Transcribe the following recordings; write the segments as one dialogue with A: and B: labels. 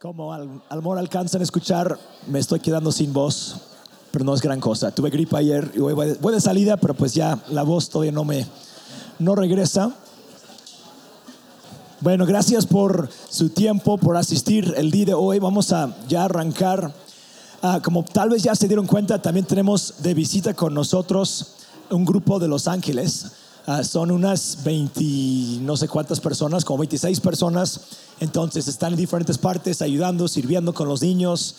A: Como al, al mejor alcanzan a escuchar, me estoy quedando sin voz, pero no es gran cosa. Tuve gripa ayer y hoy voy de, voy de salida, pero pues ya la voz todavía no me no regresa. Bueno, gracias por su tiempo, por asistir el día de hoy. Vamos a ya arrancar. Ah, como tal vez ya se dieron cuenta, también tenemos de visita con nosotros un grupo de Los Ángeles. Ah, son unas 20, no sé cuántas personas, como 26 personas. Entonces están en diferentes partes ayudando, sirviendo con los niños.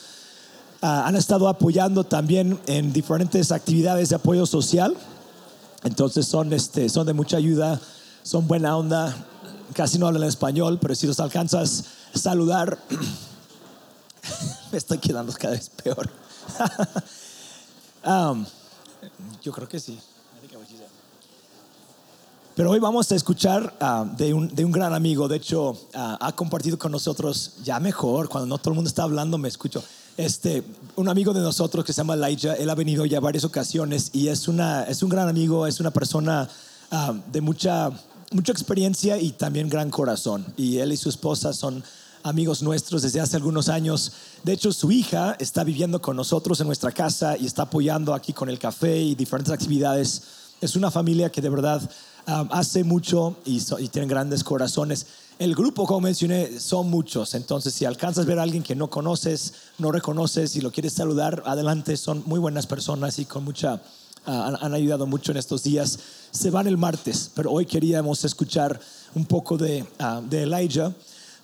A: Ah, han estado apoyando también en diferentes actividades de apoyo social. Entonces son, este, son de mucha ayuda, son buena onda, casi no hablan español, pero si los alcanzas a saludar, me estoy quedando cada vez peor. Um, yo creo que sí. Pero hoy vamos a escuchar ah, de, un, de un gran amigo. De hecho, ah, ha compartido con nosotros, ya mejor, cuando no todo el mundo está hablando, me escucho. Este, un amigo de nosotros que se llama Laija, él ha venido ya varias ocasiones y es, una, es un gran amigo, es una persona ah, de mucha, mucha experiencia y también gran corazón. Y él y su esposa son amigos nuestros desde hace algunos años. De hecho, su hija está viviendo con nosotros en nuestra casa y está apoyando aquí con el café y diferentes actividades. Es una familia que de verdad um, hace mucho y, so- y tienen grandes corazones. El grupo, como mencioné, son muchos. Entonces, si alcanzas a ver a alguien que no conoces, no reconoces y lo quieres saludar, adelante. Son muy buenas personas y con mucha Ah, han, han ayudado mucho en estos días. Se van el martes, pero hoy queríamos escuchar un poco de, ah, de Elijah.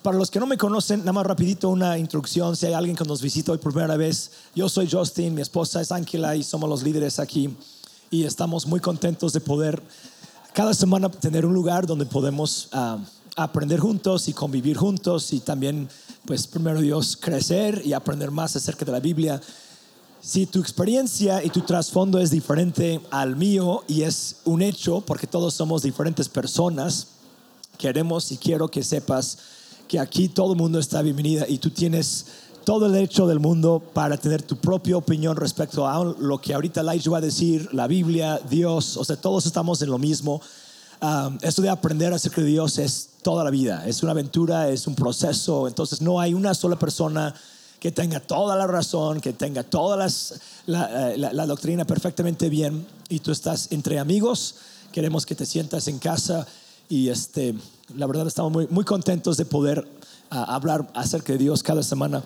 A: Para los que no me conocen, nada más rapidito una introducción. Si hay alguien que nos visita hoy por primera vez, yo soy Justin, mi esposa es Ángela y somos los líderes aquí. Y estamos muy contentos de poder cada semana tener un lugar donde podemos ah, aprender juntos y convivir juntos y también, pues primero Dios, crecer y aprender más acerca de la Biblia si tu experiencia y tu trasfondo es diferente al mío y es un hecho, porque todos somos diferentes personas, queremos y quiero que sepas que aquí todo el mundo está bienvenida y tú tienes todo el derecho del mundo para tener tu propia opinión respecto a lo que ahorita Elijah va a decir, la Biblia, Dios, o sea, todos estamos en lo mismo. Um, esto de aprender acerca de Dios es toda la vida, es una aventura, es un proceso, entonces no hay una sola persona que tenga toda la razón, que tenga toda la, eh, la- la doctrina perfectamente bien y tú estás entre amigos, queremos que te sientas en casa y este, la verdad estamos muy, muy contentos de poder ah, hablar acerca de Dios cada semana.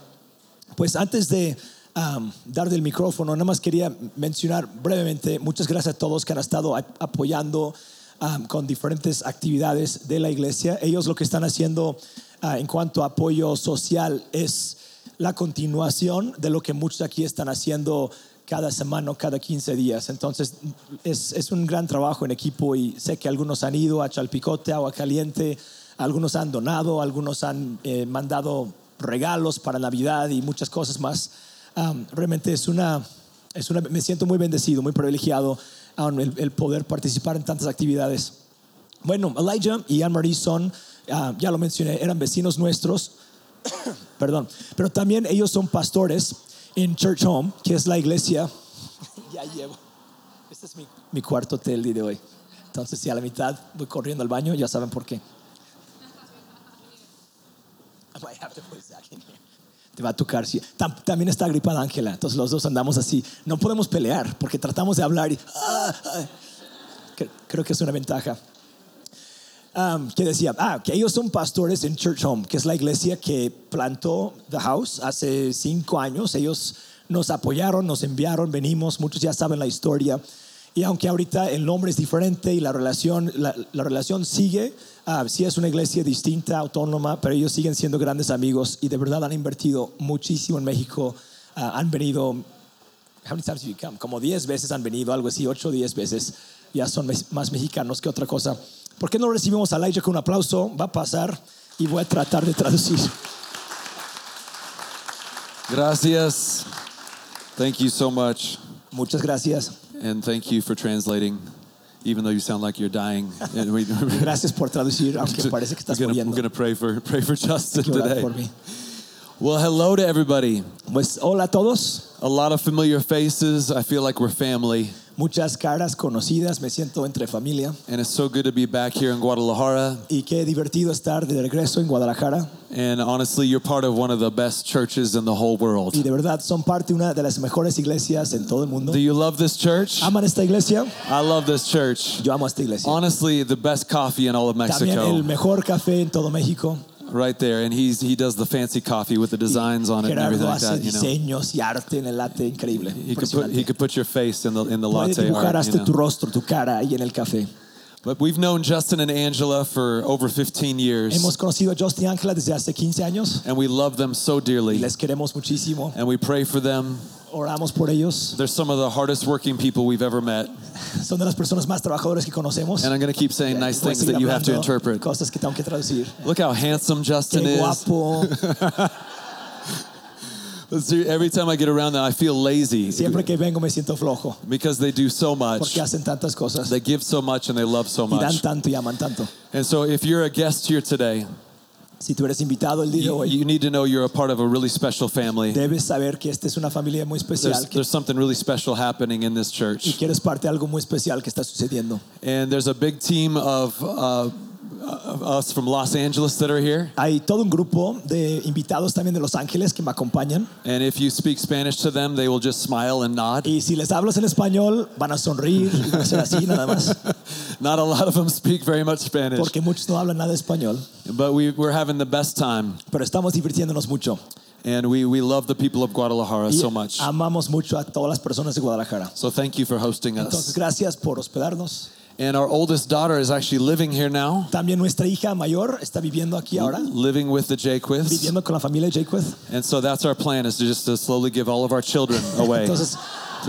A: Pues antes de am, dar del micrófono, nada más quería mencionar brevemente, muchas gracias a todos que han estado a- apoyando am, con diferentes actividades de la iglesia. Ellos lo que están haciendo ah, en cuanto a apoyo social es la continuación de lo que muchos aquí están haciendo cada semana o cada 15 días. Entonces, es, es un gran trabajo en equipo y sé que algunos han ido a Chalpicote, Agua Caliente, algunos han donado, algunos han eh, mandado regalos para Navidad y muchas cosas más. Am, realmente es una, es una, me siento muy bendecido, muy privilegiado am, el- el poder participar en tantas actividades. Bueno, Elijah y Anne-Marie son, ah, ya lo mencioné, eran vecinos nuestros, perdón, pero también ellos son pastores en Church Home, que es la iglesia. ya llevo. Este es mi, mi cuarto hotel día de hoy. Entonces, si a la mitad voy corriendo al baño, ya saben por qué. I might have to put Zach in here. pues, Te va a tocar. sí. Tam- también está gripada Ángela. Entonces los dos andamos así. No podemos pelear porque tratamos de hablar y... ah, ah. Cre- Creo que es una ventaja. Um, que decía, ah, que ellos son pastores en Church Home, que es la iglesia que plantó The House hace cinco años. Ellos nos apoyaron, nos enviaron, venimos, muchos ya saben la historia. Y aunque ahorita el nombre es diferente y la relación, la, la relación sigue, ah, sí es una iglesia distinta, autónoma, pero ellos siguen siendo grandes amigos y de verdad han invertido muchísimo en México. Ah, han venido How many times have you come? Como 10 veces han venido, algo así, 8 o 10 veces. Ya son mes- más mexicanos que otra cosa. ¿Por qué no recibimos a Elijah con un aplauso? Va a pasar y voy a tratar de traducir.
B: Gracias. Thank you so much.
A: Muchas gracias.
B: And thank you for translating, even though you sound like you're dying. And we, are
A: Gracias por traducir, aunque parece que estás
B: gonna,
A: muriendo.
B: we're gonna pray for pray for Justin
A: Que orar
B: today.
A: por mí.
B: Well, hello to everybody.
A: Pues hola a todos.
B: A lot of familiar faces. I feel like we're family.
A: muchas caras conocidas, me siento entre familia
B: And it's so good to be back here in Guadalajara.
A: y qué divertido estar de regreso en Guadalajara
B: And honestly, you're part of one of the best churches in the whole
A: y
B: world.
A: de verdad son parte de una de las mejores iglesias en todo el mundo.
B: Do you love this church?
A: ¿Aman esta iglesia?
B: I love this church.
A: Yo amo esta iglesia.
B: Honestly, the best coffee in all of
A: También el
B: Mexico,
A: mejor café en todo México.
B: right there. And he's he does the fancy coffee with the designs on it and everything
A: Gerardo
B: like
A: hace
B: that. You know,
A: diseños y arte en el latte increíble.
B: he could put he
A: Impresionante.
B: could put your face in the in the
A: Puede
B: latte
A: dibujar
B: art. You
A: hasta tu
B: know.
A: rostro, tu cara ahí en el café.
B: But we've known Justin and Angela for over 15
A: Hemos
B: years,
A: conocido a Justin y Ángela desde hace 15 años
B: and we love them so
A: y
B: dearly.
A: les queremos muchísimo.
B: And we pray for them.
A: Oramos por ellos.
B: They're some of the hardest working people we've ever met.
A: Son de las personas más trabajadoras que conocemos.
B: And I'm going to keep saying nice
A: Voy a
B: things
A: seguir
B: that you have to
A: hablando
B: interpret.
A: Cosas que tengo que traducir.
B: Look how handsome Justin
A: Qué
B: is.
A: guapo.
B: See, Every time I get around them, I feel lazy
A: Siempre que vengo me siento flojo
B: because they do so much.
A: porque hacen tantas cosas
B: They give so much and they love so
A: y dan
B: much.
A: tanto y aman tanto.
B: And so, if you're a guest here today,
A: Si tú eres invitado el día de
B: you,
A: hoy,
B: you need to know you're a part of a really special family.
A: debes saber que esta es una familia muy especial
B: There's,
A: que,
B: there's something really special happening in this
A: y
B: church.
A: que eres parte de algo muy especial que está sucediendo.
B: And there's a big team of, uh, of us from Los Angeles that are here.
A: Hay todo un grupo de invitados también de Los Ángeles que me acompañan
B: And if you speak Spanish to them, they will just smile and nod.
A: y si les hablas en español van a sonreír, y van a ser así nada más,
B: Not a lot of them speak very much Spanish,
A: porque muchos no hablan nada de español,
B: but we, we're having the best time.
A: pero estamos divirtiéndonos mucho.
B: And we, we love the people of Guadalajara
A: Y
B: so much.
A: amamos mucho a todas las personas de Guadalajara.
B: So thank you for hosting
A: Entonces,
B: us.
A: gracias por hospedarnos.
B: And our oldest daughter is actually living here now,
A: También nuestra hija mayor está viviendo aquí ahora,
B: living with the Jaquiths.
A: viviendo con la familia Jaquith.
B: And so that's our plan is to just to slowly give all of our children away.
A: Entonces,
B: Entonces-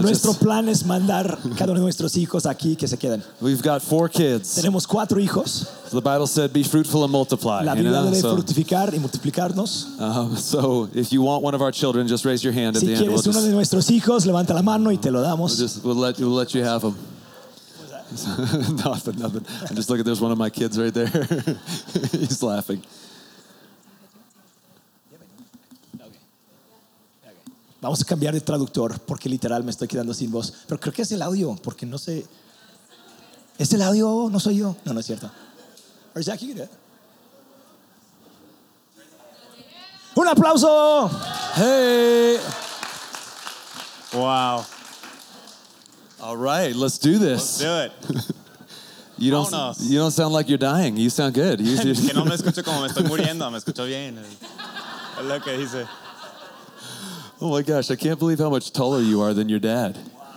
A: nuestro plan es mandar cada uno de nuestros hijos aquí que se queden.
B: We've got four kids.
A: Tenemos cuatro hijos.
B: The Bible said, "Be fruitful and multiply."
A: La
B: you
A: Biblia
B: know?
A: debe
B: So,
A: fructificar y multiplicarnos.
B: um, so if you want one of our children, just raise your hand at
A: Si
B: the end. We'll
A: quieres uno de
B: just,
A: nuestros hijos, levanta la mano y te lo damos.
B: just we'll let we'll let you have them. nothing, nothing. I just look at there's one of my kids right there. He's laughing.
A: Vamos a cambiar de traductor porque literal me estoy quedando sin voz. Pero creo que es el audio, porque no sé. ¿Es el audio? No soy yo. No, no es cierto. Or Zach, you can do it. ¡Un aplauso!
B: Hey!
C: Wow.
B: All right, let's do this.
C: Do it.
B: You don't
C: Vámonos.
B: you don't sound like you're dying. You sound good. You- you-
C: Que no me escucho como me estoy muriendo, me escucho bien. Es lo que dice.
B: oh my gosh, I can't believe how much taller you are than your dad.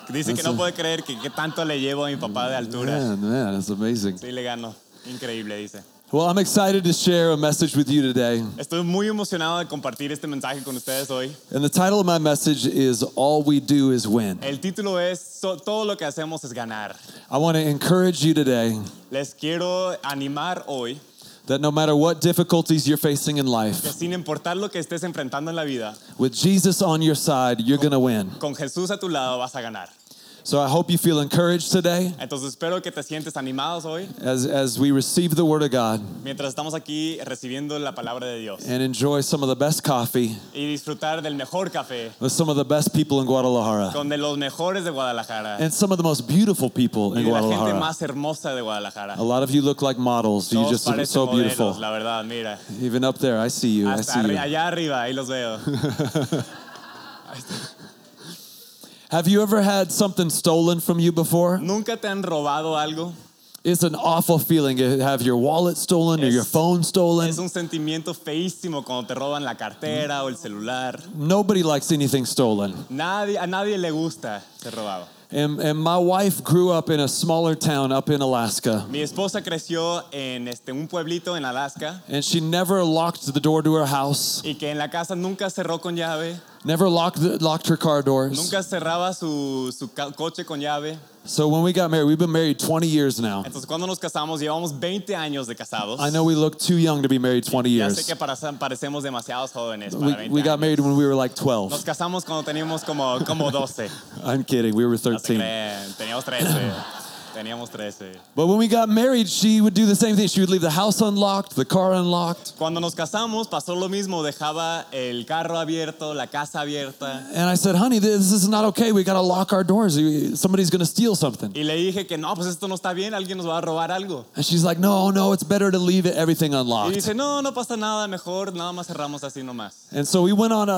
C: Dice que no puede creer que qué tanto le llevo a mi papá de altura.
B: Man, man, that's amazing.
C: Sí, le gano. Increíble, dice.
B: Well, I'm excited to share a message with you today.
C: Estoy muy emocionado de compartir este mensaje con ustedes hoy.
B: And the title of my message is All We Do Is Win.
C: El título es "So- Todo lo que hacemos es ganar.
B: I want to encourage you today
C: Les quiero animar hoy
B: that no matter what difficulties you're facing in life,
C: que sin importar lo que estés enfrentando en la vida,
B: with Jesus on your side, you're going to win.
C: con Jesús a tu lado vas a ganar.
B: So I hope you feel encouraged today
C: Entonces espero que te sientes animados hoy
B: as, as we receive the Word of God
C: mientras estamos aquí recibiendo la palabra de Dios
B: and enjoy some of the best coffee
C: y disfrutar del mejor café
B: with some of the best people in Guadalajara
C: con de los mejores de Guadalajara
B: and some of the most beautiful people
C: y
B: in
C: de la gente
B: Guadalajara.
C: más hermosa de Guadalajara.
B: A lot of you look like models. You
C: Todos
B: just look
C: parecen
B: so
C: modelos,
B: beautiful.
C: la verdad, mira.
B: Even up there, I see you. I
C: Hasta
B: see
C: arri-
B: you.
C: allá arriba, ahí los veo.
B: Have you ever had something stolen from you before?
C: ¿Nunca te han robado algo?
B: It's an awful feeling to have your wallet stolen or
C: Es-
B: your phone stolen.
C: Es un sentimiento feísimo cuando te roban la cartera o el celular.
B: Nobody likes anything stolen.
C: Nadie, a nadie le gusta ser robado.
B: And, and my wife grew up in a smaller town up in Alaska,
C: Mi esposa creció en este, un pueblito en Alaska
B: and she never locked the door to her house,
C: y que en la casa nunca cerró con llave,
B: never locked, the, locked her car doors.
C: nunca cerraba su, su ca- coche con llave.
B: So when we got married, we've been married 20 years now.
C: Entonces cuando nos casamos, llevamos 20 años de casados.
B: I know we look too young to be married 20
C: Ya sé
B: years.
C: que parece- parecemos demasiados jóvenes para
B: We,
C: 20
B: we got
C: años.
B: married when we were like
C: Nos
B: 12.
C: casamos cuando teníamos como, como 12.
B: I'm kidding, we were
C: No se
B: 13.
C: creen, teníamos 13. Teníamos 13.
B: But when we got married, she would do the same thing. She would leave the house unlocked, the car unlocked.
C: Cuando nos casamos pasó lo mismo, dejaba el carro abierto, la casa abierta.
B: And I said, honey, this is not okay. We got to lock our doors. You- Somebody's going to steal something.
C: Y le dije que no, pues esto no está bien, alguien nos va a robar algo.
B: And she's like, no, no, it's better to leave it, everything
C: Y
B: unlocked.
C: dice, no, no pasa nada, mejor nada más cerramos así nomás.
B: And so we went on a,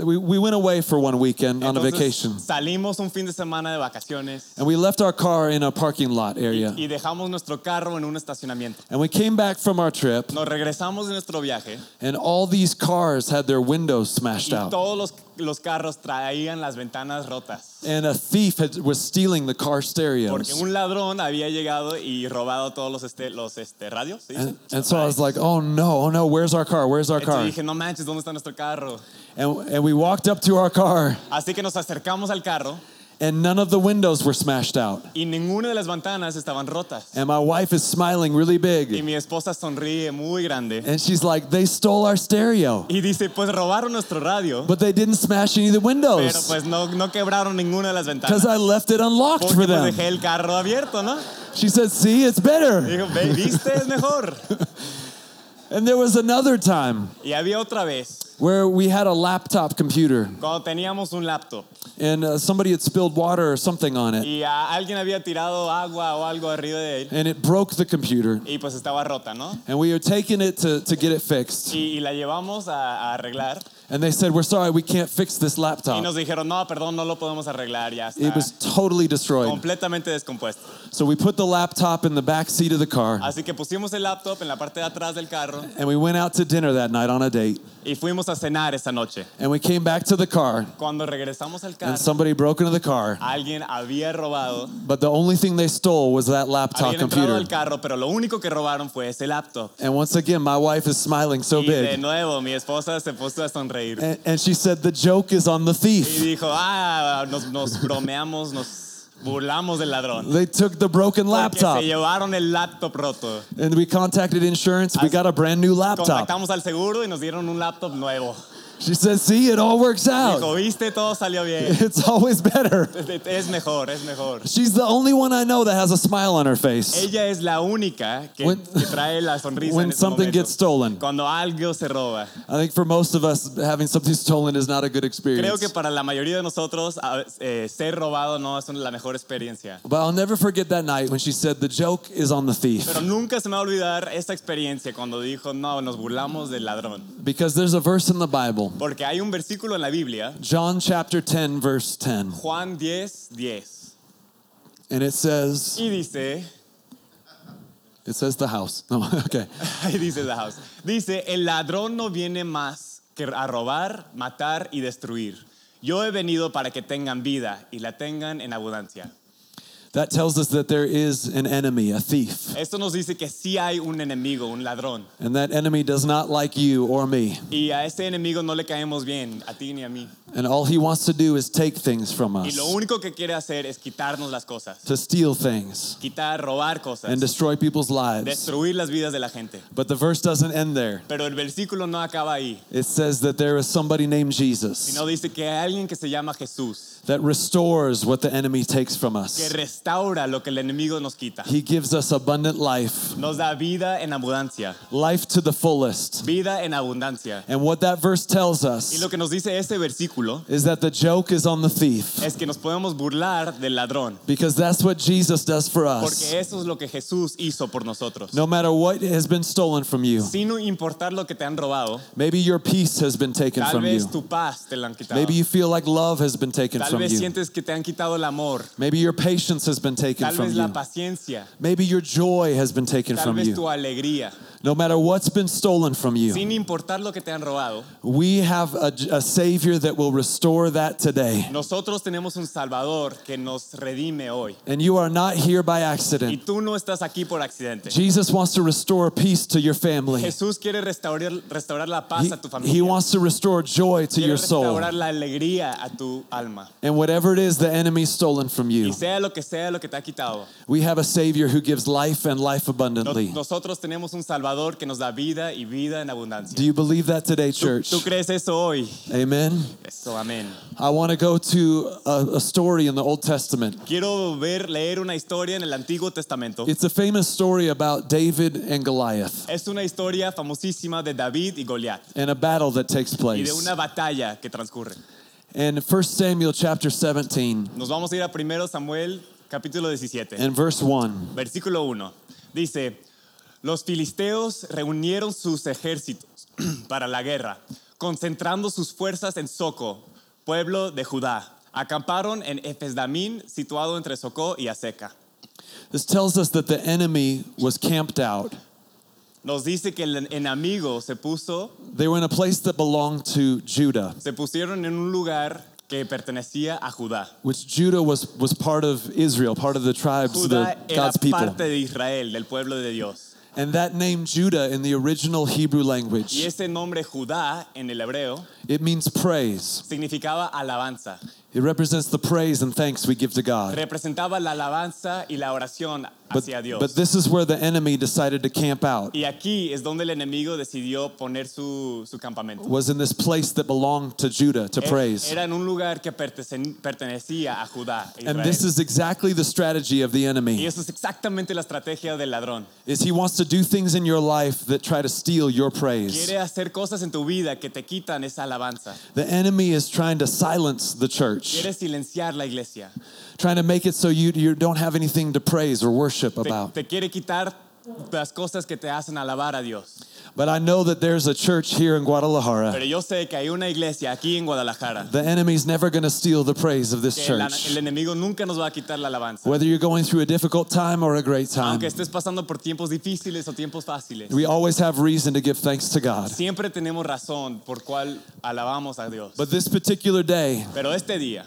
B: a we, we went away for one weekend on a
C: Entonces,
B: vacation.
C: Salimos un fin de semana de vacaciones
B: And we left our car in a parking lot area.
C: y dejamos nuestro carro en un estacionamiento.
B: And we came back from our trip,
C: Nos regresamos de nuestro viaje
B: and all these cars had their windows smashed
C: y
B: out.
C: todos los, los carros traían las ventanas rotas.
B: And a thief had, was stealing the car
C: Porque
B: stereos.
C: un ladrón había llegado y robado todos los, este, los este, radios. ¿sí?
B: And, and so I was like, oh no, oh no, where's our car? Where's our
C: Entonces
B: car?
C: dije, no manches, ¿dónde está nuestro carro?
B: And, and we walked up to our car,
C: Así que nos acercamos al carro
B: and none of the windows were smashed out.
C: y ninguna de las ventanas estaban rotas.
B: And my wife is smiling really
C: Y
B: big.
C: mi esposa sonríe muy grande
B: And she's like, they stole our stereo,
C: y dice, pues robaron nuestro radio,
B: but they didn't smash any of the
C: pero
B: windows
C: pues no, no quebraron ninguna de las
B: because
C: ventanas.
B: I left it unlocked
C: Porque
B: for them.
C: pues, dejé el carro abierto, ¿no?
B: She said, see, it's better.
C: Dijo, "Ve, viste, es mejor.
B: And there was another time
C: Y había otra vez,
B: where we had a laptop computer
C: cuando teníamos un laptop
B: and uh, somebody had spilled water or something on it
C: y a- alguien había tirado agua o algo arriba de él
B: and it broke the computer
C: y pues estaba rota, ¿no?
B: and we were taking it to, to get it fixed
C: Y, y la llevamos a, a arreglar
B: and they said we're sorry we can't fix this
C: y
B: laptop
C: nos dijeron, no, perdón, no lo podemos arreglar, ya
B: it
C: está.
B: was totally destroyed
C: Completamente descompuesto.
B: so we put the laptop in the back seat of the car
C: Así que pusimos el laptop en la parte de atrás del carro
B: and we went out to dinner that night on a date
C: y fuimos a cenar esa noche.
B: and we came back to the car
C: Cuando regresamos al carro,
B: and somebody broke into the car
C: alguien había robado,
B: but the only thing they stole was that laptop
C: habían entrado
B: computer
C: al carro, pero lo único que robaron fue ese laptop.
B: and once again my wife is smiling so
C: Y de
B: big Eh.
C: nuevo, mi esposa se puso a sonreír.
B: and, and she said the joke is on the
C: Y
B: thief
C: dijo, ah, nos, nos bromeamos, nos burlamos del ladrón.
B: they took the broken
C: Porque
B: laptop
C: se llevaron el laptop roto.
B: And we contacted insurance. We got a brand new laptop.
C: Contactamos al seguro y nos dieron un laptop nuevo.
B: She said, "See, it all works
C: Dijo,
B: out.
C: viste, todo salió bien.
B: It's always better."
C: Es mejor, es mejor.
B: She's the only one I know that has a smile on her face
C: Ella es la única que,
B: When-
C: que trae la sonrisa en
B: when
C: ese
B: something
C: momento.
B: gets stolen.
C: cuando algo se roba.
B: I think for most of us, having something stolen is not a good
C: Creo que
B: experience.
C: para la mayoría de nosotros a- eh, ser robado no es la mejor experiencia.
B: But I'll never forget that night when she said, "The joke is on the thief,"
C: Pero nunca se me va a olvidar esta experiencia cuando dijo, no, nos burlamos del ladrón.
B: because there's a verse in the Bible,
C: Porque hay un versículo en la Biblia,
B: John chapter 10, verse 10,
C: Juan 10, 10.
B: and it says,
C: Y dice,
B: "It says the house." No, okay.
C: ahí dice la house, dice, el ladrón no viene más que a robar, matar y destruir. Yo he venido para que tengan vida y la tengan en abundancia.
B: That tells us that there is an enemy, a thief,
C: Esto nos dice que sí hay un enemigo, un ladrón.
B: and that enemy does not like you or me.
C: Y a este enemigo no le caemos bien, a ti ni a mí.
B: And all he wants to do is take things from
C: Y
B: us,
C: lo único que quiere hacer es quitarnos las cosas,
B: to steal things,
C: quitar, robar cosas,
B: and destroy people's lives.
C: destruir las vidas de la gente.
B: But the verse doesn't end there.
C: Pero el versículo no acaba ahí,
B: It says that there is somebody named Jesus
C: sino dice que hay alguien que se llama Jesús,
B: that restores what the enemy takes from
C: que
B: us.
C: restaura lo que el enemigo nos quita.
B: He gives us abundant life,
C: Nos da vida en abundancia,
B: life to the fullest.
C: vida en abundancia.
B: And what that verse tells
C: Y
B: us
C: lo que nos dice este versículo
B: is that the joke is on the thief
C: es que nos podemos burlar del ladrón,
B: because that's what Jesus does for us.
C: porque eso es lo que Jesús hizo por nosotros.
B: No matter what has been stolen from you,
C: Sin importar lo que te han robado,
B: maybe your peace has been taken
C: tal
B: from you.
C: vez tu paz te la han quitado.
B: Maybe you feel like love has been taken
C: Tal
B: from
C: vez
B: you.
C: sientes que te han quitado el amor,
B: Maybe your patience has been taken
C: tal
B: from
C: vez la
B: you.
C: paciencia,
B: Maybe your joy has been taken
C: tal
B: from
C: vez
B: you.
C: tu alegría.
B: No matter what's been stolen from you,
C: Sin importar lo que te han robado,
B: we have a, a Savior that will restore that today.
C: nosotros tenemos un Salvador que nos redime hoy.
B: And you are not here by
C: Y
B: accident.
C: tú no estás aquí por accidente.
B: Jesus wants to restore peace to your family.
C: Jesús quiere restaurar, restaurar la
B: He,
C: paz a tu
B: he
C: familia.
B: wants to restore joy to
C: Quiere
B: your soul.
C: restaurar la alegría a tu alma.
B: And whatever it is the enemy's stolen from
C: Y
B: you,
C: sea lo que sea lo que te ha quitado,
B: we have a Savior who gives life and life
C: no-
B: abundantly.
C: nosotros tenemos un Salvador que nos da vida y vida en abundancia.
B: Do you believe that today,
C: ¿Tú,
B: church?
C: tú crees eso hoy?
B: Amen.
C: Eso, amén.
B: I want to go to a, a story in the Old Testament.
C: Quiero ver, leer una historia en el Antiguo Testamento.
B: It's a famous story about David and Goliath
C: Es una historia famosísima de David y Goliat
B: and a battle that takes
C: y de
B: place.
C: una batalla que transcurre.
B: And 1 Samuel chapter 17
C: Nos vamos a ir a 1 Samuel capítulo 17.
B: and verse 1.
C: versículo 1. Dice, los filisteos reunieron sus ejércitos para la guerra, concentrando sus fuerzas en Soco, pueblo de Judá. Acamparon en Efesdamín, situado entre Socó y Aseca.
B: This tells us that the enemy was camped out.
C: Nos dice que el enemigo se puso,
B: They were in a place that belonged to Judah,
C: se pusieron en un lugar que pertenecía a Judá.
B: which Judah was, was part of Israel, part of the tribes, the,
C: Judá era
B: God's people.
C: parte de Israel, del pueblo de Dios.
B: And that name Judah in the original Hebrew
C: Y
B: language,
C: ese nombre Judá en el hebreo
B: it means praise.
C: significaba alabanza.
B: It represents the praise and thanks we give to God.
C: representaba la alabanza y la oración
B: But,
C: hacia Dios.
B: but this is where the enemy decided to camp out,
C: y aquí es donde el enemigo decidió poner su, su campamento.
B: was in this place that belonged to Judah to
C: E-
B: praise.
C: Era en un lugar que pertece- pertenecía a Judá. e
B: And
C: Israel.
B: this is exactly the strategy of the
C: y
B: enemy.
C: eso es exactamente la estrategia del ladrón.
B: Is he wants to do things in your life that try to steal your praise.
C: Quiere hacer cosas en tu vida que te quitan esa alabanza.
B: The enemy is trying to silence the church,
C: Quiere silenciar la iglesia.
B: trying to make it so you, you don't have anything to praise or worship
C: Te,
B: about.
C: te quiere quitar las cosas que te hacen alabar a Dios.
B: But I know that there's a church here in Guadalajara.
C: Pero yo sé que hay una iglesia aquí en Guadalajara.
B: The enemy's never going to steal the praise of this
C: Que el,
B: church.
C: el enemigo nunca nos va a quitar la alabanza.
B: Whether you're going through a difficult time or a great time,
C: Aunque estés pasando por tiempos difíciles o tiempos fáciles,
B: we always have reason to give thanks to God.
C: siempre tenemos razón por cual alabamos a Dios.
B: But this particular day,
C: Pero este día,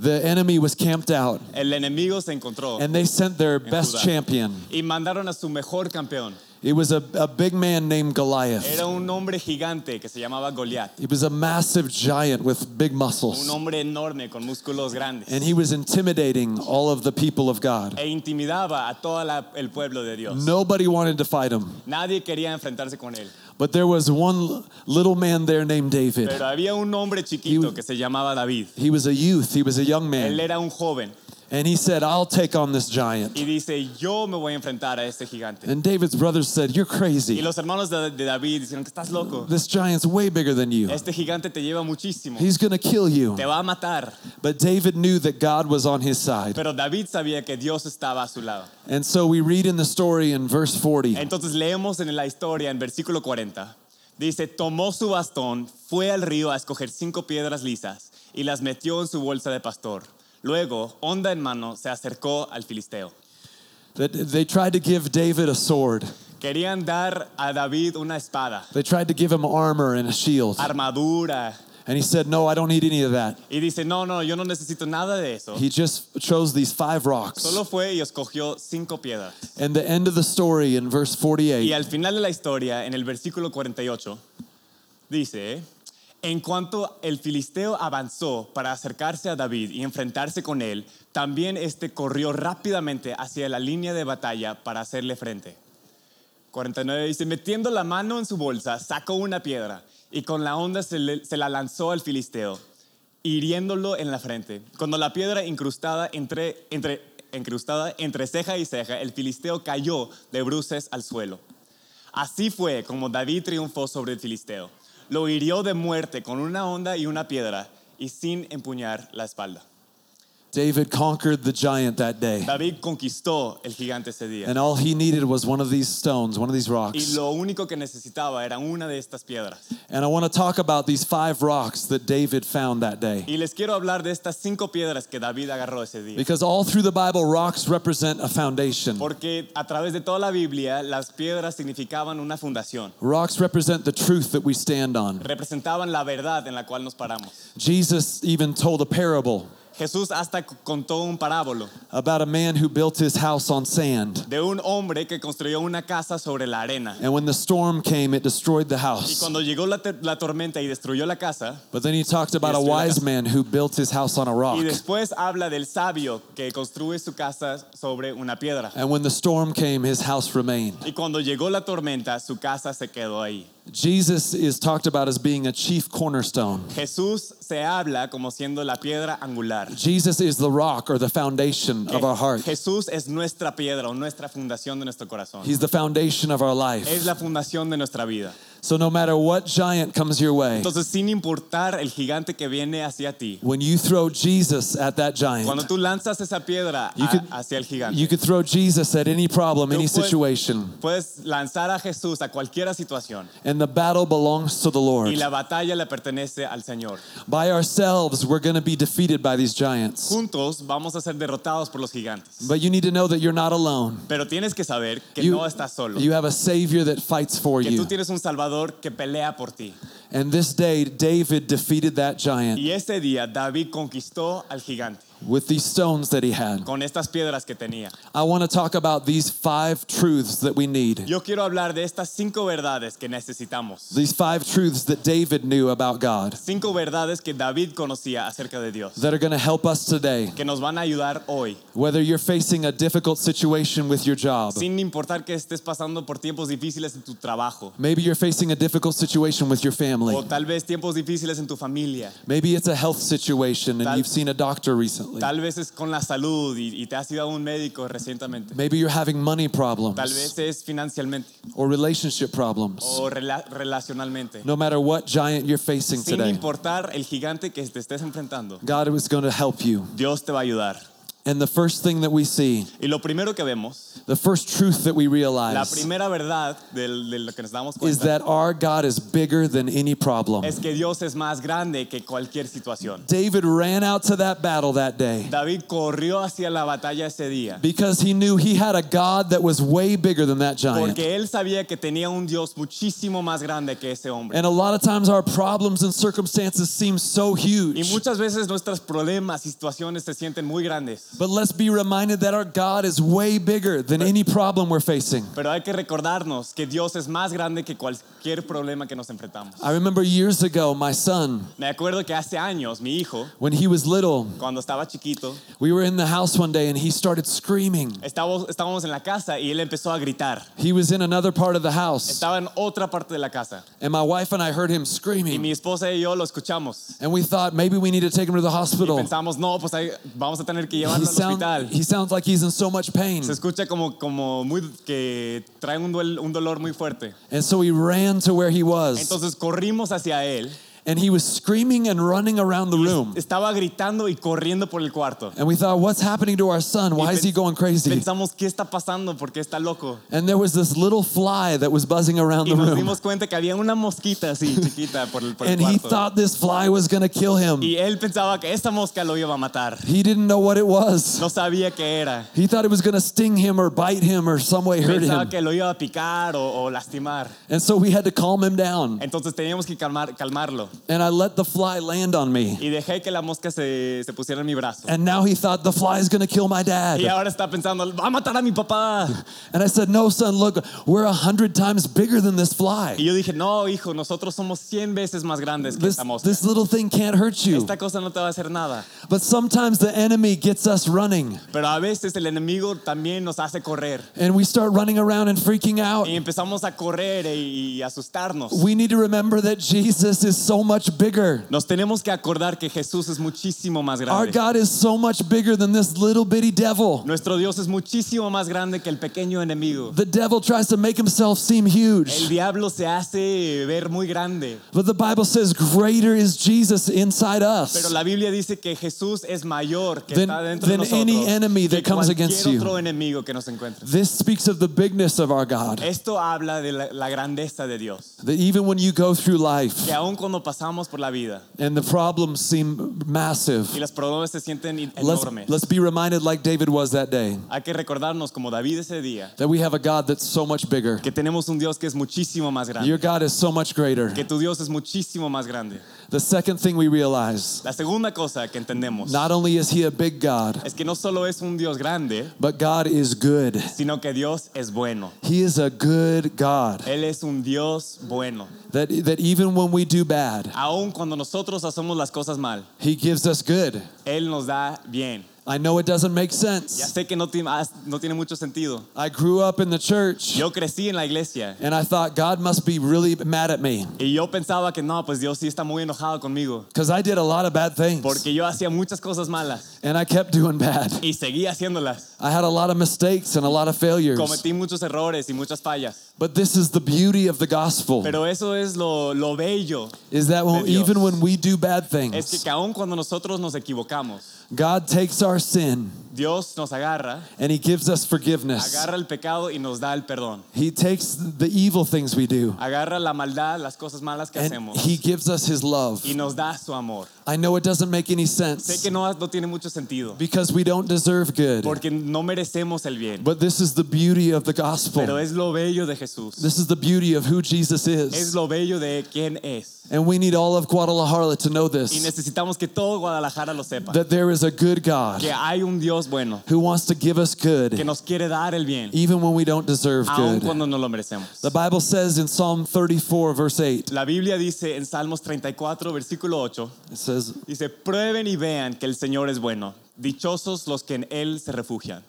B: the enemy was camped out
C: el enemigo se encontró
B: and they sent their
C: Judá.
B: best champion.
C: y mandaron a su mejor campeón.
B: It was a, a big man named Goliath.
C: Era un hombre gigante que se llamaba Goliat,
B: He was a massive giant with big
C: un
B: muscles.
C: hombre enorme con músculos grandes
B: And he was intimidating all of the people of God.
C: e intimidaba a todo el pueblo de Dios.
B: Nobody wanted to fight him.
C: Nadie quería enfrentarse con él,
B: But there was one l- little man there named David.
C: pero había un hombre chiquito que se llamaba David.
B: He was a youth, he was a young
C: Él
B: man.
C: era un joven
B: And he said, I'll take on this giant.
C: y dice, yo me voy a enfrentar a este gigante.
B: And David's brothers said, You're
C: Y
B: crazy.
C: los hermanos de de David dijeron que estás loco.
B: This giant's way bigger than you.
C: Este gigante te lleva muchísimo.
B: He's going to kill you.
C: Te va a matar.
B: But David knew that God was on his side.
C: Pero David sabía que Dios estaba a su lado.
B: And so we read in the story in verse 40
C: Entonces leemos en la historia, en versículo 40. Dice, tomó su bastón, fue al río a escoger cinco piedras lisas y las metió en su bolsa de pastor. Luego, onda en mano, se acercó al filisteo.
B: that they tried to give David a sword,
C: Querían dar a David una espada,
B: they tried to give him armor and a shield.
C: armadura.
B: And he said, No, I don't need any of that.
C: Y dice, no, no, yo no necesito nada de eso.
B: He just chose these five rocks.
C: Solo fue y escogió cinco piedras.
B: And the end of the story in verse
C: Y
B: 48
C: al final de la historia, en el versículo 48, dice, en cuanto el filisteo avanzó para acercarse a David y enfrentarse con él, también este corrió rápidamente hacia la línea de batalla para hacerle frente. 49 dice, metiendo la mano en su bolsa, sacó una piedra y con la onda se, le- se la lanzó al filisteo, hiriéndolo en la frente. Cuando la piedra incrustada entre, entre, incrustada entre ceja y ceja, el filisteo cayó de bruces al suelo. Así fue como David triunfó sobre el filisteo. Lo hirió de muerte con una onda y una piedra y sin empuñar la espalda.
B: David conquered the giant that day.
C: David conquistó el gigante ese día.
B: And all he needed was one of these stones, one of these
C: Y
B: rocks.
C: lo único que necesitaba era una de estas piedras.
B: And I want to talk about these five rocks that David found that day.
C: Y les quiero hablar de estas cinco piedras que David agarró ese día.
B: Because all through the Bible, rocks represent a foundation.
C: Porque a través de toda la Biblia, las piedras significaban una fundación.
B: Rocks represent the truth that we stand on.
C: Representaban la verdad en la cual nos paramos.
B: Jesus even told a parable
C: Jesús hasta contó un parábolo
B: about a man who built his house on sand.
C: de un hombre que construyó una casa sobre la arena.
B: And when the storm came, it destroyed the
C: Y
B: house.
C: cuando llegó la, te- la tormenta y destruyó la casa,
B: But then he talked about a
C: Destruyó la
B: wise
C: casa.
B: man who built his house on a
C: y
B: rock.
C: después habla del sabio que construye su casa sobre una piedra.
B: And when the storm came, his house remained.
C: Y cuando llegó la tormenta, su casa se quedó ahí.
B: Jesus is talked about as being a chief cornerstone.
C: Jesús se habla como siendo la piedra angular.
B: Jesus is the rock or the foundation of our heart.
C: Jesús es nuestra piedra o nuestra fundación de nuestro corazón.
B: He's the foundation of our life.
C: Es la fundación de nuestra vida.
B: So no matter what giant comes your way,
C: Entonces, sin importar el gigante que viene hacia ti,
B: when you throw Jesus at that
C: cuando
B: giant,
C: tú lanzas esa piedra a-
B: You could-
C: hacia el gigante,
B: you could throw Jesus at any problem,
C: tú
B: any
C: puedes-
B: situation,
C: Puedes lanzar a Jesús a cualquier situación
B: and the battle belongs to the Lord.
C: y la batalla le pertenece al Señor.
B: By ourselves, we're going to be defeated by these giants.
C: Juntos vamos a ser derrotados por los gigantes.
B: But you need to know that you're not alone.
C: Pero tienes que saber que
B: You,
C: no estás solo.
B: you have a Savior that fights for
C: que tú
B: you.
C: tienes un Salvador que pelea por ti.
B: And this day, David defeated that giant
C: Y ese día David conquistó al gigante
B: with these stones that he had.
C: con estas piedras que tenía.
B: I want to talk about these five truths that we need,
C: Yo quiero hablar de estas cinco verdades que necesitamos.
B: these five truths that David knew about God
C: Cinco verdades que David conocía acerca de Dios,
B: that are going to help us today.
C: que nos van a ayudar hoy,
B: Whether you're facing a difficult situation with your job,
C: sin importar que estés pasando por tiempos difíciles en tu trabajo,
B: maybe you're facing a difficult situation with your
C: o
B: family,
C: tal vez tiempos difíciles en tu familia,
B: maybe it's a health situation
C: Tal-
B: and you've seen a doctor recently.
C: tal vez es con la salud y, y te has ido a un médico recientemente,
B: Maybe you're having money
C: tal
B: problems
C: vez Oh. es financialmente
B: or relationship problems.
C: o rela- relacionalmente.
B: No matter what giant you're facing
C: Sin
B: today,
C: importar el gigante que te estés enfrentando,
B: God is going to help you.
C: Dios te va a ayudar.
B: And the first thing that we see,
C: Y lo primero que vemos,
B: the first truth that we
C: la
B: realize
C: primera verdad del- de lo que nos damos
B: is
C: cuenta
B: that our God is bigger than any problem.
C: es que Dios es más grande que cualquier situación.
B: David ran out to that battle that day
C: David corrió hacia la batalla ese día
B: because he knew he had a God that was way bigger than that giant.
C: porque él sabía que tenía un Dios muchísimo más grande que ese hombre.
B: And a lot of times our problems and circumstances seem so
C: Y
B: huge.
C: muchas veces nuestros problemas y situaciones se sienten muy grandes,
B: But let's be reminded that our God is way bigger than any problem we're facing.
C: pero hay que recordarnos que Dios es más grande que cualquier problema que nos enfrentamos.
B: I remember years ago, my son,
C: Me acuerdo que hace años mi hijo,
B: when he was little,
C: cuando estaba chiquito,
B: we were in the house one day and he started screaming.
C: estábamos, estábamos en la casa y él empezó a gritar.
B: He was in another part of the house,
C: Estaba en otra parte de la casa.
B: and my wife and I heard him
C: Y
B: screaming.
C: mi esposa y yo lo escuchamos.
B: And we thought maybe we need to take him to the
C: Y
B: hospital.
C: pensamos, no, pues ahí vamos a tener que
B: He,
C: llevarlo al
B: sound,
C: hospital.
B: he sounds like he's in so much pain.
C: Se escucha como, como muy, que trae un, duel- un dolor muy fuerte.
B: And so we ran to where he was,
C: Entonces corrimos hacia él.
B: and he was screaming and running around the room.
C: Estaba gritando y corriendo por el cuarto.
B: And we thought, what's happening to our son? Why is he going crazy?
C: Pensamos, ¿qué está pasando? ¿Por qué está loco?
B: And there was this little fly that was buzzing around the
C: Y nos
B: room.
C: dimos cuenta que había una mosquita así, chiquita, por el, por el
B: And he
C: cuarto.
B: thought this fly was going to kill him.
C: Y él pensaba que esta mosca lo iba a matar.
B: He didn't know what it was.
C: No sabía qué era.
B: He thought it was going to sting him or bite him or some way hurt
C: Pensaba
B: him.
C: que lo iba a picar o, o lastimar.
B: And so we had to calm him down.
C: Entonces teníamos que calmar, calmarlo.
B: And I let the fly land on me.
C: Y dejé que la mosca se, se pusiera en mi brazo.
B: And now he thought the fly is going to kill my
C: Y
B: dad.
C: ahora está pensando, va a matar a mi papá.
B: And I said, No, son, look, we're a hundred times bigger than this
C: Y
B: fly.
C: yo dije, no, hijo, nosotros somos 100 veces más grandes que
B: This,
C: esta mosca.
B: this little thing can't hurt you.
C: Esta cosa no te va a hacer nada.
B: But sometimes the enemy gets us running
C: Pero a veces el enemigo también nos hace correr.
B: and we start running around and freaking out.
C: Y empezamos a correr e- y, asustarnos.
B: We need to remember that Jesus is so much bigger.
C: Nos tenemos que acordar que Jesús es muchísimo más
B: Our
C: grande.
B: God is so much bigger than this little bitty devil.
C: Nuestro Dios es muchísimo más grande que el pequeño enemigo.
B: The devil tries to make himself seem
C: El
B: huge,
C: diablo se hace ver muy grande.
B: but the Bible says, Greater is Jesus inside
C: Pero
B: us.
C: la Biblia dice que Jesús es mayor que
B: Than-
C: está dentro de
B: than
C: nosotros
B: any enemy that
C: que
B: comes
C: cualquier
B: against you.
C: otro enemigo que nos encuentre.
B: This speaks of the bigness of our God,
C: Esto habla de la, la grandeza de Dios.
B: that even when you go through life,
C: Que aun cuando pasamos por la vida
B: and the problems seem
C: y
B: massive.
C: los problemas se sienten in-
B: Let's,
C: enormes.
B: let's be reminded, like David was that day,
C: Hay que recordarnos, como David ese día,
B: that we have a God that's so much bigger.
C: que tenemos un Dios que es muchísimo más grande,
B: Your God is so much greater.
C: que tu Dios es muchísimo más grande.
B: The second thing we realize
C: La segunda cosa que entendemos
B: not only is He a big God,
C: es que no solo es un Dios grande,
B: but God is good.
C: sino que Dios es bueno.
B: He is a good God.
C: Él es un Dios bueno.
B: That, that even when we do bad,
C: Aun cuando nosotros hacemos las cosas mal,
B: He gives us good.
C: Él nos da bien.
B: I know it doesn't make
C: Ya
B: sense.
C: sé que no tiene, no tiene mucho sentido.
B: I grew up in the church
C: Yo crecí en la iglesia
B: and I thought God must be really mad at me
C: y yo pensaba que no, pues Dios sí está muy enojado conmigo.
B: because I did a lot of bad things
C: Porque yo hacía muchas cosas malas
B: and I kept doing bad.
C: y seguía haciéndolas.
B: I had a lot of mistakes and a lot of failures.
C: Cometí muchos errores y muchas fallas.
B: But this is the beauty of the gospel
C: Pero eso es lo, lo bello.
B: is that when,
C: de Dios.
B: even when we do bad
C: Es que,
B: things,
C: que aun cuando nosotros nos equivocamos,
B: God takes our sin
C: Dios nos agarra,
B: and He gives us forgiveness.
C: agarra el pecado y nos da el perdón.
B: He takes the evil things we do
C: Agarra la maldad, las cosas malas que
B: and
C: hacemos
B: He gives us His love.
C: y nos da su amor.
B: I know it doesn't make any
C: Sé
B: sense
C: que no, no tiene mucho sentido
B: because we don't deserve good.
C: porque no merecemos el bien,
B: But this is the beauty of the gospel.
C: pero es lo bello de Jesús.
B: This is the beauty of who Jesus
C: Es
B: is.
C: lo bello de quién es.
B: And we need all of Guadalajara to know
C: Y
B: this
C: necesitamos que todo Guadalajara lo sepa.
B: that there is a good God
C: Que hay un Dios bueno
B: who wants to give us
C: que
B: good
C: nos quiere dar el bien,
B: even when we don't deserve
C: aun
B: good.
C: cuando no lo merecemos.
B: The Bible says in Psalm 34, verse 8,
C: La Biblia dice en Salmos 34, versículo 8,
B: it says,
C: dice, prueben y vean que el Señor es bueno, dichosos los que en Él se refugian.